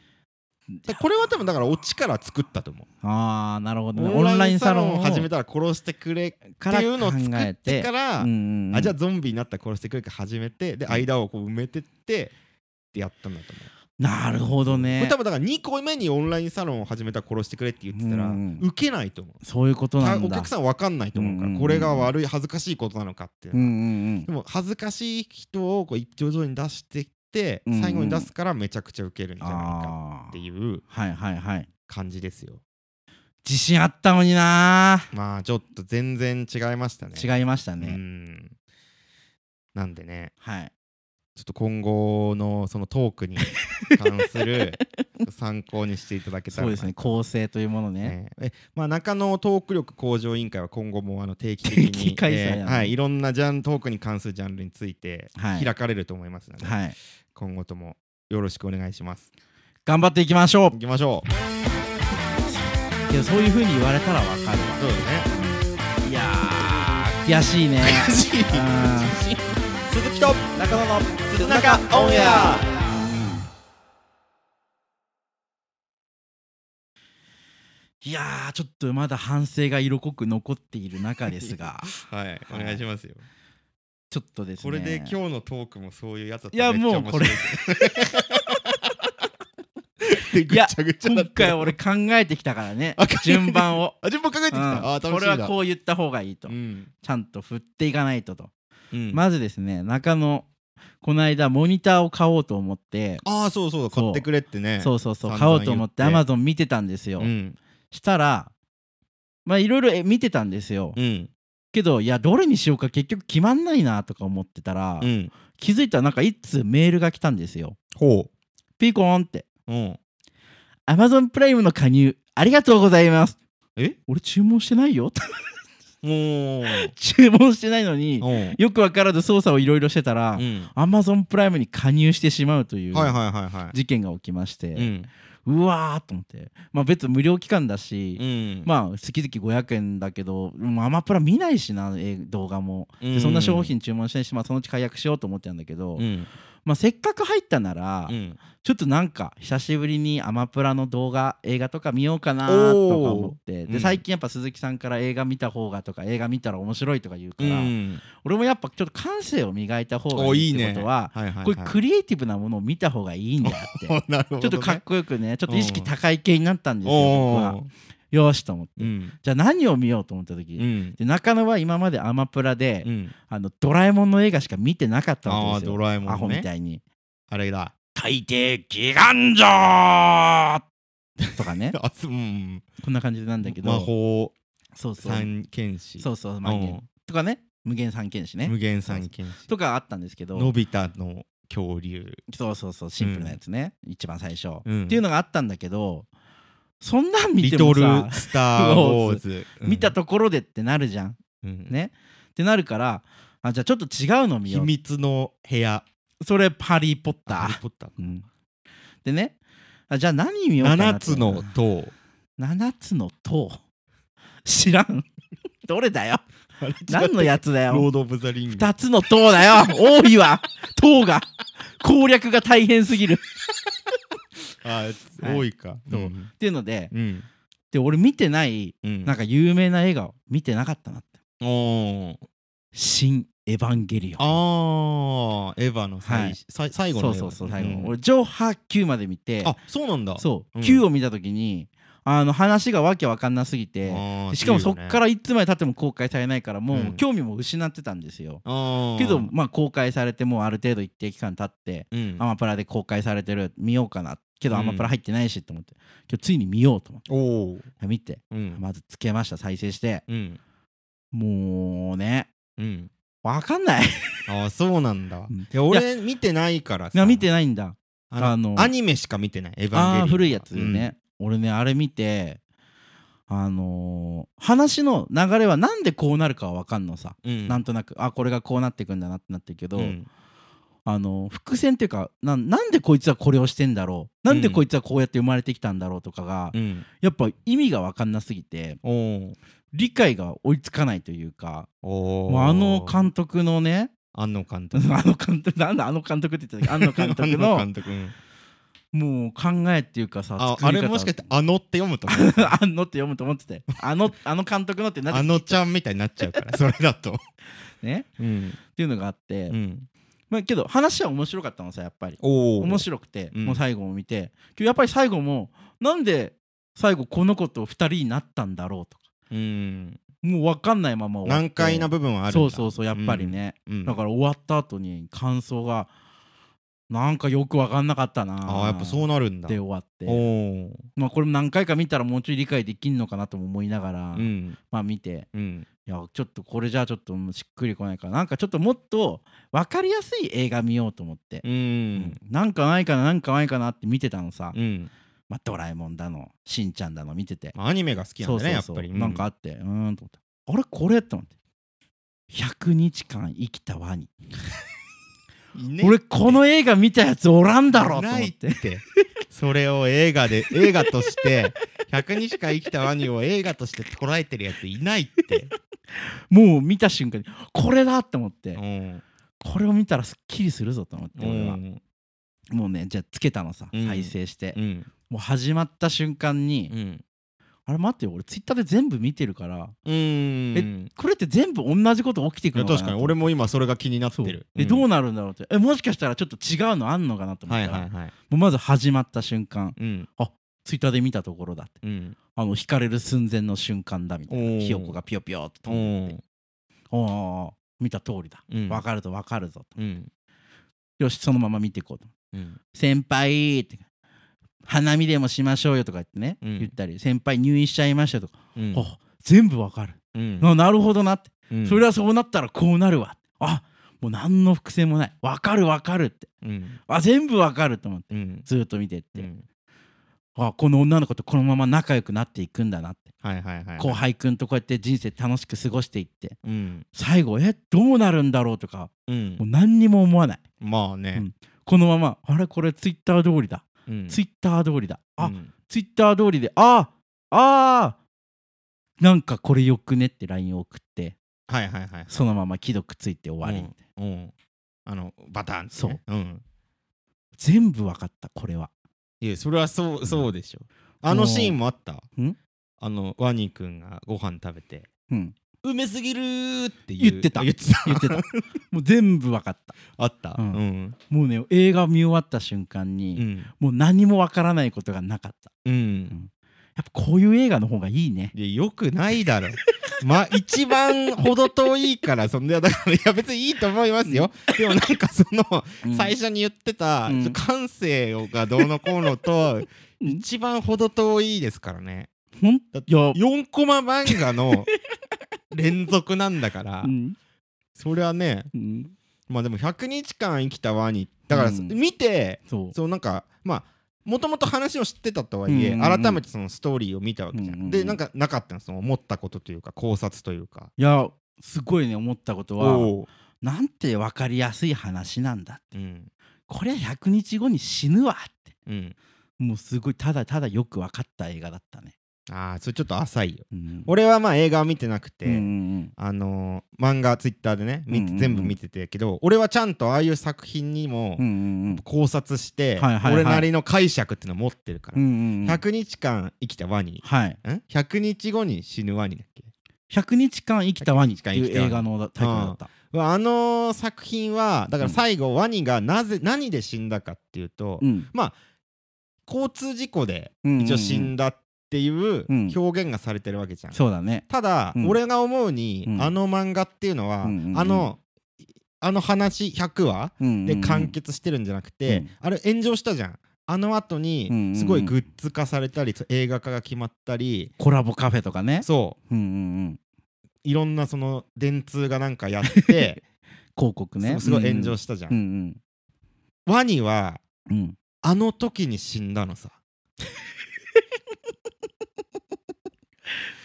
Speaker 1: だこれは多分だからオチから作ったと思う
Speaker 2: ああなるほどねオンラインサロンを
Speaker 1: 始め
Speaker 2: た
Speaker 1: たら殺してくれっ
Speaker 2: か
Speaker 1: て
Speaker 2: ら
Speaker 1: いうのを作
Speaker 2: 考え
Speaker 1: ってから、
Speaker 2: うんうんうん
Speaker 1: あじゃあゾンビになったら殺してくれから始めてで間をこう埋めてってってやったんだと思う
Speaker 2: なるほど
Speaker 1: これ
Speaker 2: ね
Speaker 1: 多分だから2個目にオンラインサロンを始めたら殺してくれって言ってたら、
Speaker 2: うん
Speaker 1: 受けないと思う
Speaker 2: そういうことなんだ
Speaker 1: お客さん分かんないと思うか
Speaker 2: うん
Speaker 1: ら
Speaker 2: うんうん
Speaker 1: これが悪い恥ずかしいことなのかっていう
Speaker 2: う
Speaker 1: の
Speaker 2: ん
Speaker 1: は
Speaker 2: うん
Speaker 1: でも恥ずかしい人をこう徐々に出してきて
Speaker 2: うんうん
Speaker 1: 最後に出すからめちゃくちゃウケるんじ
Speaker 2: うん
Speaker 1: ゃないか
Speaker 2: ああ
Speaker 1: っていう
Speaker 2: はいはいはい
Speaker 1: 感じですよ
Speaker 2: 自信あったのにな
Speaker 1: まあちょっと全然違いましたね
Speaker 2: 違いましたね、
Speaker 1: うんなんでね
Speaker 2: はい
Speaker 1: ちょっと今後のそのトークに関する 参考にしていただけたら
Speaker 2: そうですね構成というものね
Speaker 1: ねえまあ、中野トーク力向上委員会は今後もあの定期的
Speaker 2: 定
Speaker 1: に
Speaker 2: 期開催
Speaker 1: えー
Speaker 2: なの
Speaker 1: はい、いろんなジャントークに関するジャンルについて
Speaker 2: はい
Speaker 1: 開かれると思いますので、
Speaker 2: はい
Speaker 1: 今後ともよろしくお願いします。
Speaker 2: 頑張っていきましょ
Speaker 1: 行きましょう。
Speaker 2: うけどそういう風に言われたらわかる
Speaker 1: そうですね。
Speaker 2: いやー悔し いね
Speaker 1: しい
Speaker 2: あ
Speaker 1: 鈴木と中野の鈴中オンエア。
Speaker 2: いやーちょっとまだ反省が色濃く残っている中です が
Speaker 1: はい、お願いしますよ。
Speaker 2: ちょっとですね
Speaker 1: これで今日のトークもそういうやつだった
Speaker 2: いや
Speaker 1: らめっちゃ
Speaker 2: もうこれ
Speaker 1: 面白いですねでぐ
Speaker 2: いや
Speaker 1: っちゃぐちゃだ
Speaker 2: 今
Speaker 1: った
Speaker 2: 回俺考えてきたからね
Speaker 1: あ考えて
Speaker 2: 順番を
Speaker 1: あ順番考えてき
Speaker 2: うん
Speaker 1: た。あ楽しいな。
Speaker 2: これはこう言った方がいいと、
Speaker 1: うん。
Speaker 2: ちゃんと振っていかないとと、
Speaker 1: うん
Speaker 2: まずですね中野この間モニターを買おうと思って、
Speaker 1: ああそうそう
Speaker 2: そう
Speaker 1: 買ってくれってね。
Speaker 2: そうそうそう
Speaker 1: 散
Speaker 2: 買お
Speaker 1: 々
Speaker 2: うと思って
Speaker 1: 言
Speaker 2: ア
Speaker 1: って
Speaker 2: マゾン見てたんですよ、
Speaker 1: うん
Speaker 2: したらまあいろいろえ見てたんですよ、
Speaker 1: うん
Speaker 2: けどいやどれにしようか結局決まんないなとか思ってたら、
Speaker 1: うん。
Speaker 2: 気づいたらなんか一通メールが来たんですよ
Speaker 1: ほ
Speaker 2: ピコーンって
Speaker 1: う。うん。
Speaker 2: Amazon プライムの加入ありがとうございます
Speaker 1: え
Speaker 2: 俺注文してないよ
Speaker 1: もう。
Speaker 2: 注文してないのに
Speaker 1: うん
Speaker 2: よくわからず操作をいろいろしてたら、
Speaker 1: うん。
Speaker 2: Amazon プライムに加入してしまうという
Speaker 1: はいはいはいは
Speaker 2: 事件が起きまして、
Speaker 1: い。うん
Speaker 2: うわーと思ってまあ別に無料期間だし、
Speaker 1: うん。
Speaker 2: まあ月々500円だけど、うんアマプラ見ないしなえー動画も、
Speaker 1: うん
Speaker 2: でそんな商品注文してないし、まあ、そのうち解約しようと思ってたんだけど、
Speaker 1: うん
Speaker 2: まあ、せっかく入ったなら、
Speaker 1: うん。
Speaker 2: ちょっとなんか久しぶりにアマプラの動画映画とか見ようかなとか思って
Speaker 1: おー
Speaker 2: で
Speaker 1: うん
Speaker 2: 最近やっぱ鈴木さんから映画見た方がとか映画見たら面白いとか言うか
Speaker 1: う
Speaker 2: ら、
Speaker 1: ん。
Speaker 2: 俺もやっぱちょっと感性を磨いた方が
Speaker 1: おい
Speaker 2: いい
Speaker 1: い
Speaker 2: って
Speaker 1: ね。
Speaker 2: ことは
Speaker 1: はいはいはい。
Speaker 2: こ ういうクリエイティブなものを見た方がいいんだって。
Speaker 1: お なるほどね。
Speaker 2: ちょっとかっこよくねちょっと意識高い系になったんですよ僕は
Speaker 1: おー
Speaker 2: よーしと思って
Speaker 1: うん
Speaker 2: じゃあ何を見ようと思った
Speaker 1: う
Speaker 2: 時
Speaker 1: ん。
Speaker 2: で中野は今までアマプラで
Speaker 1: うん。
Speaker 2: あのドラえもんの映画しか見てなかった
Speaker 1: あ
Speaker 2: わ
Speaker 1: あ
Speaker 2: けです
Speaker 1: ド
Speaker 2: よ
Speaker 1: ラえも
Speaker 2: アホ
Speaker 1: ん
Speaker 2: み
Speaker 1: ね。
Speaker 2: たいに
Speaker 1: あれだ。
Speaker 2: 「大抵ギガンジョー!」と か ね
Speaker 1: あつうん。
Speaker 2: こんな感じなんだけど
Speaker 1: 魔法
Speaker 2: そうそう
Speaker 1: 三剣士。
Speaker 2: そうそうまあ
Speaker 1: うん
Speaker 2: とかね無限三剣士ね
Speaker 1: 無限三剣士。
Speaker 2: とかあったんですけど
Speaker 1: のび太の恐竜。
Speaker 2: そうそうそうシンプルなやつね一番最初っ
Speaker 1: うん
Speaker 2: ていうのがあったんだけどそんなん見
Speaker 1: リ
Speaker 2: て
Speaker 1: ト
Speaker 2: も
Speaker 1: ル
Speaker 2: さ
Speaker 1: スター・ウォーズ。うん
Speaker 2: 見たところでってなるじゃん
Speaker 1: うん
Speaker 2: ねってなるからあじゃあちょっと違うの見
Speaker 1: 秘
Speaker 2: よう
Speaker 1: 密の部屋。
Speaker 2: それハリー・ポッ
Speaker 1: ハ
Speaker 2: タ
Speaker 1: リ
Speaker 2: ー
Speaker 1: ーポッター
Speaker 2: うんでねあじゃあ何見ようかな
Speaker 1: 7
Speaker 2: って
Speaker 1: つの塔。
Speaker 2: 7つの塔知らんどれだよ何のやつだ
Speaker 1: ロ
Speaker 2: よ
Speaker 1: ード・オブ・ザ・リング。
Speaker 2: 2つの塔だよ多いわ塔が攻略が大変すぎる
Speaker 1: あ、
Speaker 2: はい
Speaker 1: 多いか。
Speaker 2: そう
Speaker 1: うん
Speaker 2: っていうので
Speaker 1: うん。
Speaker 2: で俺見てない
Speaker 1: うん
Speaker 2: なんか有名な映画を見てなかったなって
Speaker 1: おー
Speaker 2: 「新エヴァンゲリオン」
Speaker 1: あー、エヴァの最
Speaker 2: はい
Speaker 1: 最最後のエヴァ。
Speaker 2: そうそうそう最後の、
Speaker 1: うん
Speaker 2: 俺上波9まで見て
Speaker 1: あ、そうなんだ。
Speaker 2: そう、
Speaker 1: うん
Speaker 2: 9を見た時にあの話がわけわかんなすぎて
Speaker 1: あー。
Speaker 2: しかもそっかららいつまで経っても公開されないからもううん興味も失ってたんですよ、
Speaker 1: あー
Speaker 2: けど、まあ公開されてもうある程度一定期間経って、
Speaker 1: うん
Speaker 2: アマプラで公開されてる見ようかなけど
Speaker 1: う
Speaker 2: ア
Speaker 1: ん
Speaker 2: マプラ入ってないしと思って今日ついに見ようと思っ
Speaker 1: おー。
Speaker 2: て見て
Speaker 1: うん。
Speaker 2: まずつけました再生して
Speaker 1: うん。
Speaker 2: もうね
Speaker 1: うん。
Speaker 2: わかんない
Speaker 1: あー、そうなんだ
Speaker 2: うん。
Speaker 1: いや、俺見てないから
Speaker 2: な
Speaker 1: さ。
Speaker 2: 見てないんだあ
Speaker 1: あ
Speaker 2: の
Speaker 1: の、アニメしか見てない。エヴァンゲリオン。
Speaker 2: ああー古いやつ
Speaker 1: うん。
Speaker 2: ね、俺ねあれ見てあのー話の流れはなんでこうなるかは分かんのさ、
Speaker 1: うん。
Speaker 2: なんとなくあこれがこうなってくんだなってなってるけど、
Speaker 1: うん
Speaker 2: あのー伏線っていうかなんなんでこいつはこれをしてんだろうなんでこいつはこうやって生まれてきたんだろうとかが、
Speaker 1: うん。
Speaker 2: やっぱ意味が分かんなすぎて
Speaker 1: おー。
Speaker 2: 理解が追いつかないというか
Speaker 1: お
Speaker 2: もう
Speaker 1: ー
Speaker 2: あの監督のね
Speaker 1: 安野監
Speaker 2: あ
Speaker 1: 督。
Speaker 2: の監督なんだあの監督って言ってたっけあの監督
Speaker 1: 安
Speaker 2: の
Speaker 1: 野監督うん
Speaker 2: もう考えっていうかさ
Speaker 1: あ
Speaker 2: 作
Speaker 1: あ
Speaker 2: り
Speaker 1: れ
Speaker 2: 方
Speaker 1: もしかしてあのって読むと思う
Speaker 2: あのって読むと思っててあのあの監督のってな
Speaker 1: あ
Speaker 2: ん
Speaker 1: のちゃんみたいになっちゃうからそれだと
Speaker 2: ね
Speaker 1: うん
Speaker 2: って いうのがあって、
Speaker 1: うん
Speaker 2: まあけど話は面白かったのさやっぱり
Speaker 1: おお
Speaker 2: 面白くて、
Speaker 1: うん
Speaker 2: もう最後も見てけどやっぱり最後もなんで最後この子と2人になったんだろうとか
Speaker 1: うん
Speaker 2: もう分かんないまま終わって
Speaker 1: 難解な部分はあるんだ
Speaker 2: そうそうそうやっぱりね、
Speaker 1: うん
Speaker 2: だから終わった後に感想がなんかよく分かんなかったな
Speaker 1: ああやっぱそうなるんだ
Speaker 2: で終わっ
Speaker 1: お
Speaker 2: て
Speaker 1: ー
Speaker 2: まあこれも何回か見たらもうちょい理解できんのかなとも思いながら、
Speaker 1: うん
Speaker 2: まあ見て
Speaker 1: うん
Speaker 2: いやちょっとこれじゃちょっともうしっくりこないからなんかちょっともっと分かりやすい映画見ようと思って
Speaker 1: う、
Speaker 2: うん
Speaker 1: ん
Speaker 2: なんかないかななんかないかなって見てたのさ、
Speaker 1: うん
Speaker 2: まあ、ドラえもんだのしんちゃんだの見てて、
Speaker 1: まあアニメが好きなんだねやっぱりう
Speaker 2: なんかあってうーんと思ってあれこれって思って100日間生きたワニ、
Speaker 1: いね
Speaker 2: 俺この映画見たやつおらんだろと思
Speaker 1: な
Speaker 2: っ
Speaker 1: いっててそれを映画で映画として100人しか生きたワニを映画として捉えてるやついない って、
Speaker 2: もう見た瞬間にこれだって思って、
Speaker 1: うん
Speaker 2: これを見たらすっきりするぞと思って
Speaker 1: う
Speaker 2: 俺は、
Speaker 1: ん
Speaker 2: もうねじゃあつけたのさ、
Speaker 1: うん
Speaker 2: 再生して、
Speaker 1: うん
Speaker 2: もう始まった瞬間に、
Speaker 1: うん
Speaker 2: あれ待ってよ俺ツイッターで全部見てるから
Speaker 1: うん
Speaker 2: これって全部同じこと起きて
Speaker 1: い
Speaker 2: くる
Speaker 1: や
Speaker 2: のかな
Speaker 1: 確かに
Speaker 2: と
Speaker 1: 俺も今それが気になって
Speaker 2: そう
Speaker 1: る
Speaker 2: でどう
Speaker 1: な
Speaker 2: なるんだろうってえもしかしたらちょっと違うのあんのかなと思っ
Speaker 1: は
Speaker 2: た
Speaker 1: い
Speaker 2: ら、
Speaker 1: はいはい
Speaker 2: もうまず始まった瞬間
Speaker 1: うん
Speaker 2: ツイッターで見たところだって
Speaker 1: うん
Speaker 2: あの惹かれる寸前の瞬間だみたい
Speaker 1: お
Speaker 2: な
Speaker 1: ー
Speaker 2: ひよこがピヨピヨって
Speaker 1: う
Speaker 2: 飛んで
Speaker 1: ん
Speaker 2: おーおー見た通りだ
Speaker 1: うん
Speaker 2: わかるとわかるぞと
Speaker 1: うん
Speaker 2: よしそのまま見ていこうと
Speaker 1: うん
Speaker 2: 先輩って花見でもしましょうよとか言ってね、
Speaker 1: うん
Speaker 2: 言ったり先輩入院しちゃいましたとか、
Speaker 1: うん
Speaker 2: あ全部わかる、
Speaker 1: うん
Speaker 2: あなるほどなって、
Speaker 1: うん
Speaker 2: それはそうなったらこうなるわあもう何の伏線もないわかるわかるって
Speaker 1: うん
Speaker 2: あ全部わかると思って
Speaker 1: うん
Speaker 2: ずっと見てって、
Speaker 1: うん
Speaker 2: あこの女の子とこのまま仲良くなっていくんだなって
Speaker 1: はいはいはい
Speaker 2: 後輩くんとこうやって人生楽しく過ごしていって
Speaker 1: うん
Speaker 2: 最後えどうなるんだろうとか
Speaker 1: うん
Speaker 2: もう何にも思わない
Speaker 1: まあね
Speaker 2: このままあれこれツイッター通りだ、
Speaker 1: うん
Speaker 2: ツイッター通りだあ、
Speaker 1: うん
Speaker 2: ツイッター通りでああーなんかこれよくねって LINE を送って
Speaker 1: はいはいはい
Speaker 2: そのまま既読ついて終わり、
Speaker 1: うんうんあのバタンってね
Speaker 2: そう
Speaker 1: うん
Speaker 2: 全部わかったこれはい
Speaker 1: やそれはそうそうでしょあのシーンもあった
Speaker 2: ん
Speaker 1: あのワニくんがご飯食べて
Speaker 2: うん
Speaker 1: うめすぎるーっていう
Speaker 2: 言ってた
Speaker 1: 言ってた
Speaker 2: 言ってたもう全部わかった
Speaker 1: あった
Speaker 2: う
Speaker 1: うんん
Speaker 2: もうね映画見終わった瞬間
Speaker 1: う
Speaker 2: に、
Speaker 1: ん
Speaker 2: もう何もわからないことがなかった
Speaker 1: うん
Speaker 2: やっぱこういう映画の方がいいね
Speaker 1: いやよくないだろま一番程遠いからそんなだからいや別にいいと思いますよでもなんかその
Speaker 2: うん
Speaker 1: 最初に言ってた
Speaker 2: うん
Speaker 1: 感性がどうのこうのと
Speaker 2: うん
Speaker 1: 一番程遠いですからね
Speaker 2: ほんい
Speaker 1: だって
Speaker 2: や、
Speaker 1: 4コマ漫画 の連続なんだから、
Speaker 2: うん
Speaker 1: それはね
Speaker 2: うん
Speaker 1: まあでも100日間生きたワニだから、
Speaker 2: うん
Speaker 1: 見て
Speaker 2: そう
Speaker 1: そうなんかまあもともと話を知ってたとはいえ、
Speaker 2: うんうんうん
Speaker 1: 改めてそのストーリーを見たわけじゃん、
Speaker 2: うんうんうん
Speaker 1: でなんかなかったのその思ったことというか考察というか
Speaker 2: いやすごいね思ったことは
Speaker 1: おう
Speaker 2: なんて分かりやすい話なんだ
Speaker 1: うん
Speaker 2: これ100日後に死ぬわって
Speaker 1: うん
Speaker 2: もうすごいただただよく分かった映画だったね、
Speaker 1: ああそれちょっと浅いよ
Speaker 2: うん、
Speaker 1: 俺はまあ映画を見てなくて、
Speaker 2: うんうん
Speaker 1: あのー漫画ツイッターでね見て
Speaker 2: うんうんうん
Speaker 1: 全部見ててけど俺はちゃんとああいう作品にも
Speaker 2: うんうん
Speaker 1: 考察して、
Speaker 2: はいはいはい
Speaker 1: 俺なりの解釈っていうのを持ってるか
Speaker 2: うんう
Speaker 1: ら、
Speaker 2: んうん
Speaker 1: 100日間生きたワニ、
Speaker 2: はい
Speaker 1: ん100日後に死ぬワニだっけ
Speaker 2: 100日間生きたワニってい
Speaker 1: 100日間生き
Speaker 2: う
Speaker 1: たワニ
Speaker 2: 映画のタイトルだった
Speaker 1: うわあのー作品はだから最後、ワニがなぜ何で死んだかっていうと、
Speaker 2: うん
Speaker 1: 交通事故で
Speaker 2: うん
Speaker 1: 一応死んだっていう
Speaker 2: うん
Speaker 1: 表現がされてるわけじゃん、
Speaker 2: そうだね
Speaker 1: ただ、
Speaker 2: うん
Speaker 1: 俺が思うに、
Speaker 2: うん
Speaker 1: あの漫画っていうのは、
Speaker 2: うんうんうん
Speaker 1: あのあの話100話で
Speaker 2: で
Speaker 1: 完結してるんじゃなくて、
Speaker 2: うん
Speaker 1: あれ炎上したじゃんあの後
Speaker 2: うんうんう
Speaker 1: に
Speaker 2: ん
Speaker 1: すごいグッズ化されたり映画化が決まったり
Speaker 2: コラボカフェとかね
Speaker 1: そう
Speaker 2: うんうんうん
Speaker 1: いろんなその電通がなんかや って、
Speaker 2: 広告ね
Speaker 1: そうすごい炎上
Speaker 2: し
Speaker 1: したじゃん、
Speaker 2: うんうん
Speaker 1: ワニは
Speaker 2: うんうん
Speaker 1: あの時に死んだ のさ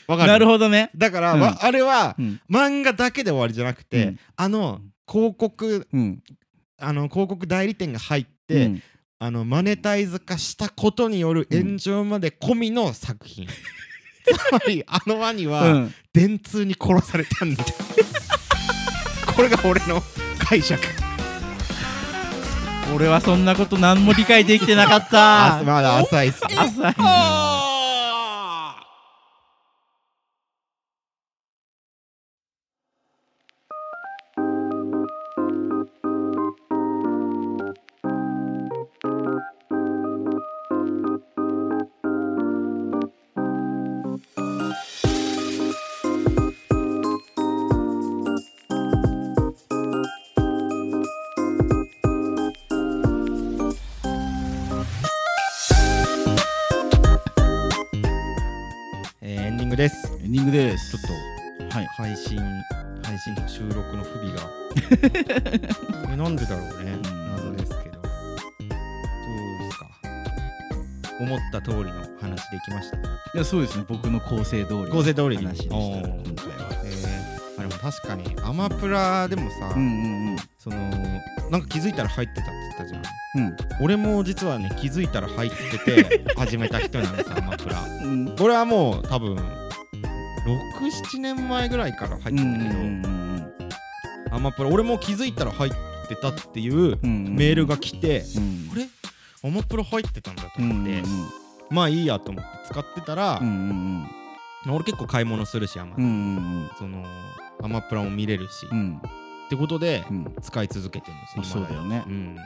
Speaker 1: わかる
Speaker 2: なるほどね
Speaker 1: だから、
Speaker 2: うん
Speaker 1: わあれは
Speaker 2: うん
Speaker 1: 漫画だけで終わりじゃなくて、
Speaker 2: うん
Speaker 1: あの広告
Speaker 2: うん
Speaker 1: あの広告代理店が入って、
Speaker 2: うん
Speaker 1: あのマネタイズ化したことによる炎上まで込みの作品、つまりあのワニ
Speaker 2: う
Speaker 1: は
Speaker 2: ん
Speaker 1: 電通に殺されたんだ これが俺の解釈
Speaker 2: 俺はそんなこと何も理解できてなかっ
Speaker 1: あ
Speaker 2: た
Speaker 1: まだ浅いっすね
Speaker 2: 浅い
Speaker 1: えーエンディングです。
Speaker 2: エンディングで
Speaker 1: ち
Speaker 2: す
Speaker 1: ょっと
Speaker 2: とはい
Speaker 1: 配信、配信の収録の不備が。えなんでだろうね
Speaker 2: う。ん
Speaker 1: 謎ですけど。どうですか。思った通りの話できました。
Speaker 2: いやそうですね僕の構成通り
Speaker 1: 構成通りに
Speaker 2: 話でした
Speaker 1: おー
Speaker 2: 今回は
Speaker 1: えー、あでも確かにアマプラでもさ、
Speaker 2: うんうんうん
Speaker 1: そのなんか気づいたら入ってたって言ったじゃん
Speaker 2: うん
Speaker 1: 俺も実はね気づいたら入って て始めた人なんですアマプ ラ
Speaker 2: うん
Speaker 1: これはもう多分67年前ぐらいから入ってたんだけど、アマプラ俺も気づいたら入ってたっていうメールが来て、
Speaker 2: うん
Speaker 1: あれアマプラ入ってたんだと
Speaker 2: うんうん
Speaker 1: 思って、まあいいやと思って使ってたら、
Speaker 2: うん
Speaker 1: 俺結構買い物するしアマ,、
Speaker 2: うんうん
Speaker 1: そのアマプラも見れるし、
Speaker 2: うんうん
Speaker 1: ってことで、
Speaker 2: うん
Speaker 1: 使い続けてるん
Speaker 2: まあ
Speaker 1: ですよ
Speaker 2: そう
Speaker 1: 今で
Speaker 2: だよね
Speaker 1: うん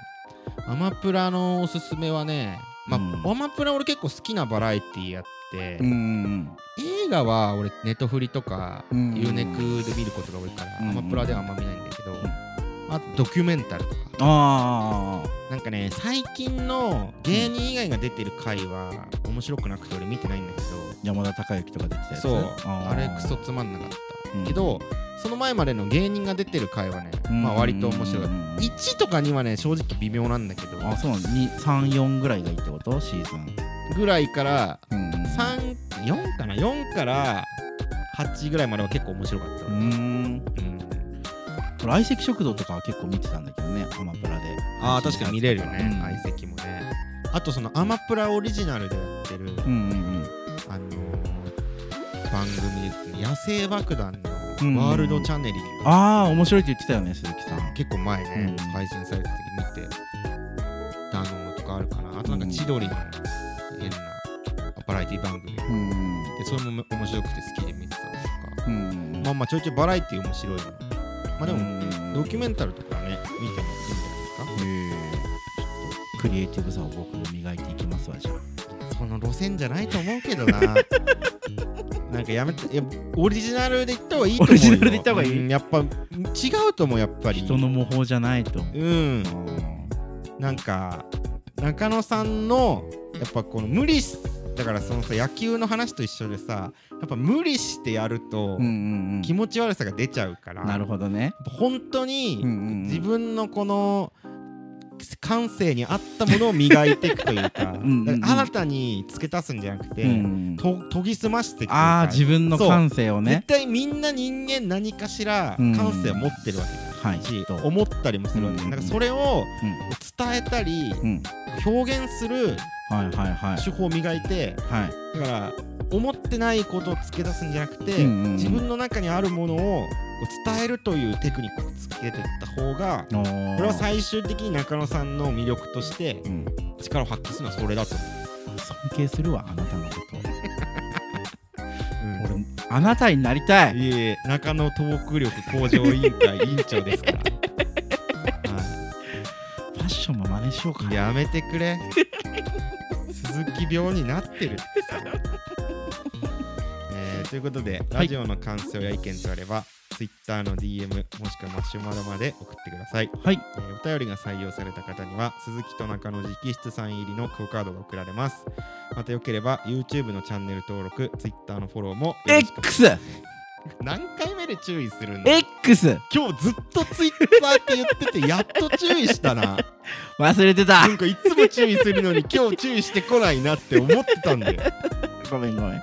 Speaker 1: アマプラのおすすめはね、まあ
Speaker 2: うん
Speaker 1: アマプラ俺結構好きなバラエティやって、
Speaker 2: うん
Speaker 1: 映画は俺ネットフリとか、
Speaker 2: うん
Speaker 1: ユーネクで見ることが多いから、
Speaker 2: うん
Speaker 1: アマプラではあんま見ないんだけど、
Speaker 2: ん
Speaker 1: あとドキュメンタルとか
Speaker 2: ああ
Speaker 1: なんかね最近の芸人以外が出てる回は面白くなくて俺見てないんだけど
Speaker 2: 山田孝之とか出てたやつ
Speaker 1: そう
Speaker 2: ー
Speaker 1: あれクソつまんなかった、
Speaker 2: うん
Speaker 1: けどその前までの芸人が出てる回はね、
Speaker 2: うん
Speaker 1: まあ割と面白かった
Speaker 2: うん
Speaker 1: 1とかにはね正直微妙なんだけど
Speaker 2: あそうなの34ぐらいがいいってことシーズン
Speaker 1: ぐらいから
Speaker 2: うん
Speaker 1: 34かな4から8ぐらいまでは結構面白かった、
Speaker 2: う
Speaker 1: うん
Speaker 2: んこれ相席食堂とかは結構見てたんだけどねアマプラで
Speaker 1: ああ確かに見れるよね
Speaker 2: うん
Speaker 1: 相席もねあとそのアマプラオリジナルでやってる、
Speaker 2: うんうん
Speaker 1: あのー番組ですね野生爆弾の
Speaker 2: うん
Speaker 1: ワールドチャネリング、
Speaker 2: うんああ面白いって言ってたよね鈴木さん
Speaker 1: 結構前ね、
Speaker 2: うん
Speaker 1: 配信された時見てたのとかあるかなあとなんか千鳥の変なバラエティ番組
Speaker 2: うんうん
Speaker 1: でそれも面白くて好きで見てたのとか、
Speaker 2: うんうん
Speaker 1: まあまあちょいちょいバラエティ面白いのまあでも、
Speaker 2: うん
Speaker 1: ドキュメンタルとかね見てもいいんじゃないで
Speaker 2: へえクリエイティブさを僕も磨いていきますわじゃあ
Speaker 1: すかその路線じゃないと 思うけどななんかやめていやオリジナルで言った方がいいと思うよ
Speaker 2: オリジナルで言った方がいい
Speaker 1: うんやっぱ違うともやっぱり
Speaker 2: 人の模倣じゃないと
Speaker 1: うんなんか中野さんのやっぱこの無理しだからそのさ野球の話と一緒でさやっぱ無理してやると
Speaker 2: うんうん
Speaker 1: 気持ち悪さが出ちゃうから、
Speaker 2: なるほどね
Speaker 1: 本当に
Speaker 2: うんうんうん
Speaker 1: 自分のこの感性に合ったものを磨いていくというか
Speaker 2: ん うんう
Speaker 1: だ
Speaker 2: ん
Speaker 1: から新たに付け足すんじゃなくて、
Speaker 2: うん
Speaker 1: と研ぎ澄ましていくというか
Speaker 2: ああ自分の感性を
Speaker 1: 絶
Speaker 2: ね
Speaker 1: 対みんな人間何かしら
Speaker 2: うん
Speaker 1: 感性を持ってるわけだ
Speaker 2: はいきっ
Speaker 1: し、
Speaker 2: と
Speaker 1: 思ったりもするわけ、
Speaker 2: うんうんうん
Speaker 1: だからそれを
Speaker 2: うん
Speaker 1: 伝えたり
Speaker 2: うん
Speaker 1: 表現する
Speaker 2: はいはいはい
Speaker 1: 手法を磨いて
Speaker 2: はい
Speaker 1: だから思ってないことを付け出すんじゃなくて、
Speaker 2: うんうんうん
Speaker 1: 自分の中にあるものをこう伝えるというテクニックをつけていった方が
Speaker 2: お
Speaker 1: これ
Speaker 2: ー
Speaker 1: は最終的に中野さんの魅力として
Speaker 2: うん
Speaker 1: 力を発揮するのはそれだと思う、
Speaker 2: 尊敬するわあなたのこと俺あなたになりたい
Speaker 1: いえいえ中野トーク力向上委員会委員長です から、は
Speaker 2: ファッションも真似しようか
Speaker 1: い、やめてくれ鈴木病になってるってさ、えーということでラジオの感想や意見とあれば、Twitter の DM もしくはマシュマロまで送ってください
Speaker 2: はい
Speaker 1: えーお便りが採用された方には鈴木と中野直筆サイン入りのクオカードが送られますまたよければ YouTube のチャンネル登録 Twitter のフォローもよろしく
Speaker 2: XX
Speaker 1: 何回目で注意するんだ今日ずっと Twitter って言っててやっと注意したな
Speaker 2: 忘れてた
Speaker 1: なんかいつも注意するのに今日注意してこないなって思ってたんでち
Speaker 2: ごめんごめん
Speaker 1: ゃん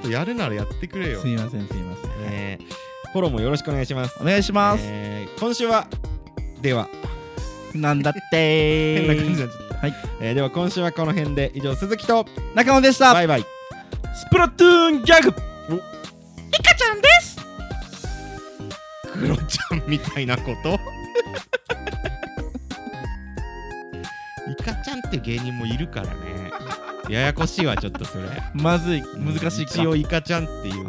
Speaker 1: とやるならやってくれよ
Speaker 2: す、いませんすいません、
Speaker 1: えーフォローもよろしくお願いします
Speaker 2: お願いします、
Speaker 1: えー今週はでは
Speaker 2: なんだって
Speaker 1: 変な感じになっちゃった、
Speaker 2: はい
Speaker 1: えーでは今週はこの辺で以上鈴木と
Speaker 2: 中野でした
Speaker 1: バイバイ
Speaker 2: スプラトゥーンギャグリカちゃんです
Speaker 1: クロちゃんみたいなこと イカちゃんっていう芸人もいるからねややこしいわちょっとそれ
Speaker 2: まずい難しい
Speaker 1: 一応イカちゃんっていう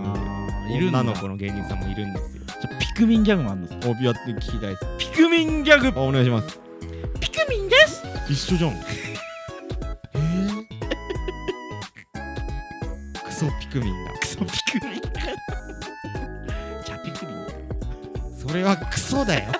Speaker 2: いるんだ
Speaker 1: 女の子の芸人さんもいるんですよ
Speaker 2: じゃピクミンギャグもあんの
Speaker 1: おびやって聞きたいです
Speaker 2: ピクミンギャグ
Speaker 1: あお願いします
Speaker 2: ピクミンです
Speaker 1: 一緒じゃん えークソピクミンだ
Speaker 2: クソピクミン じゃあピクミン
Speaker 1: それはクソだよ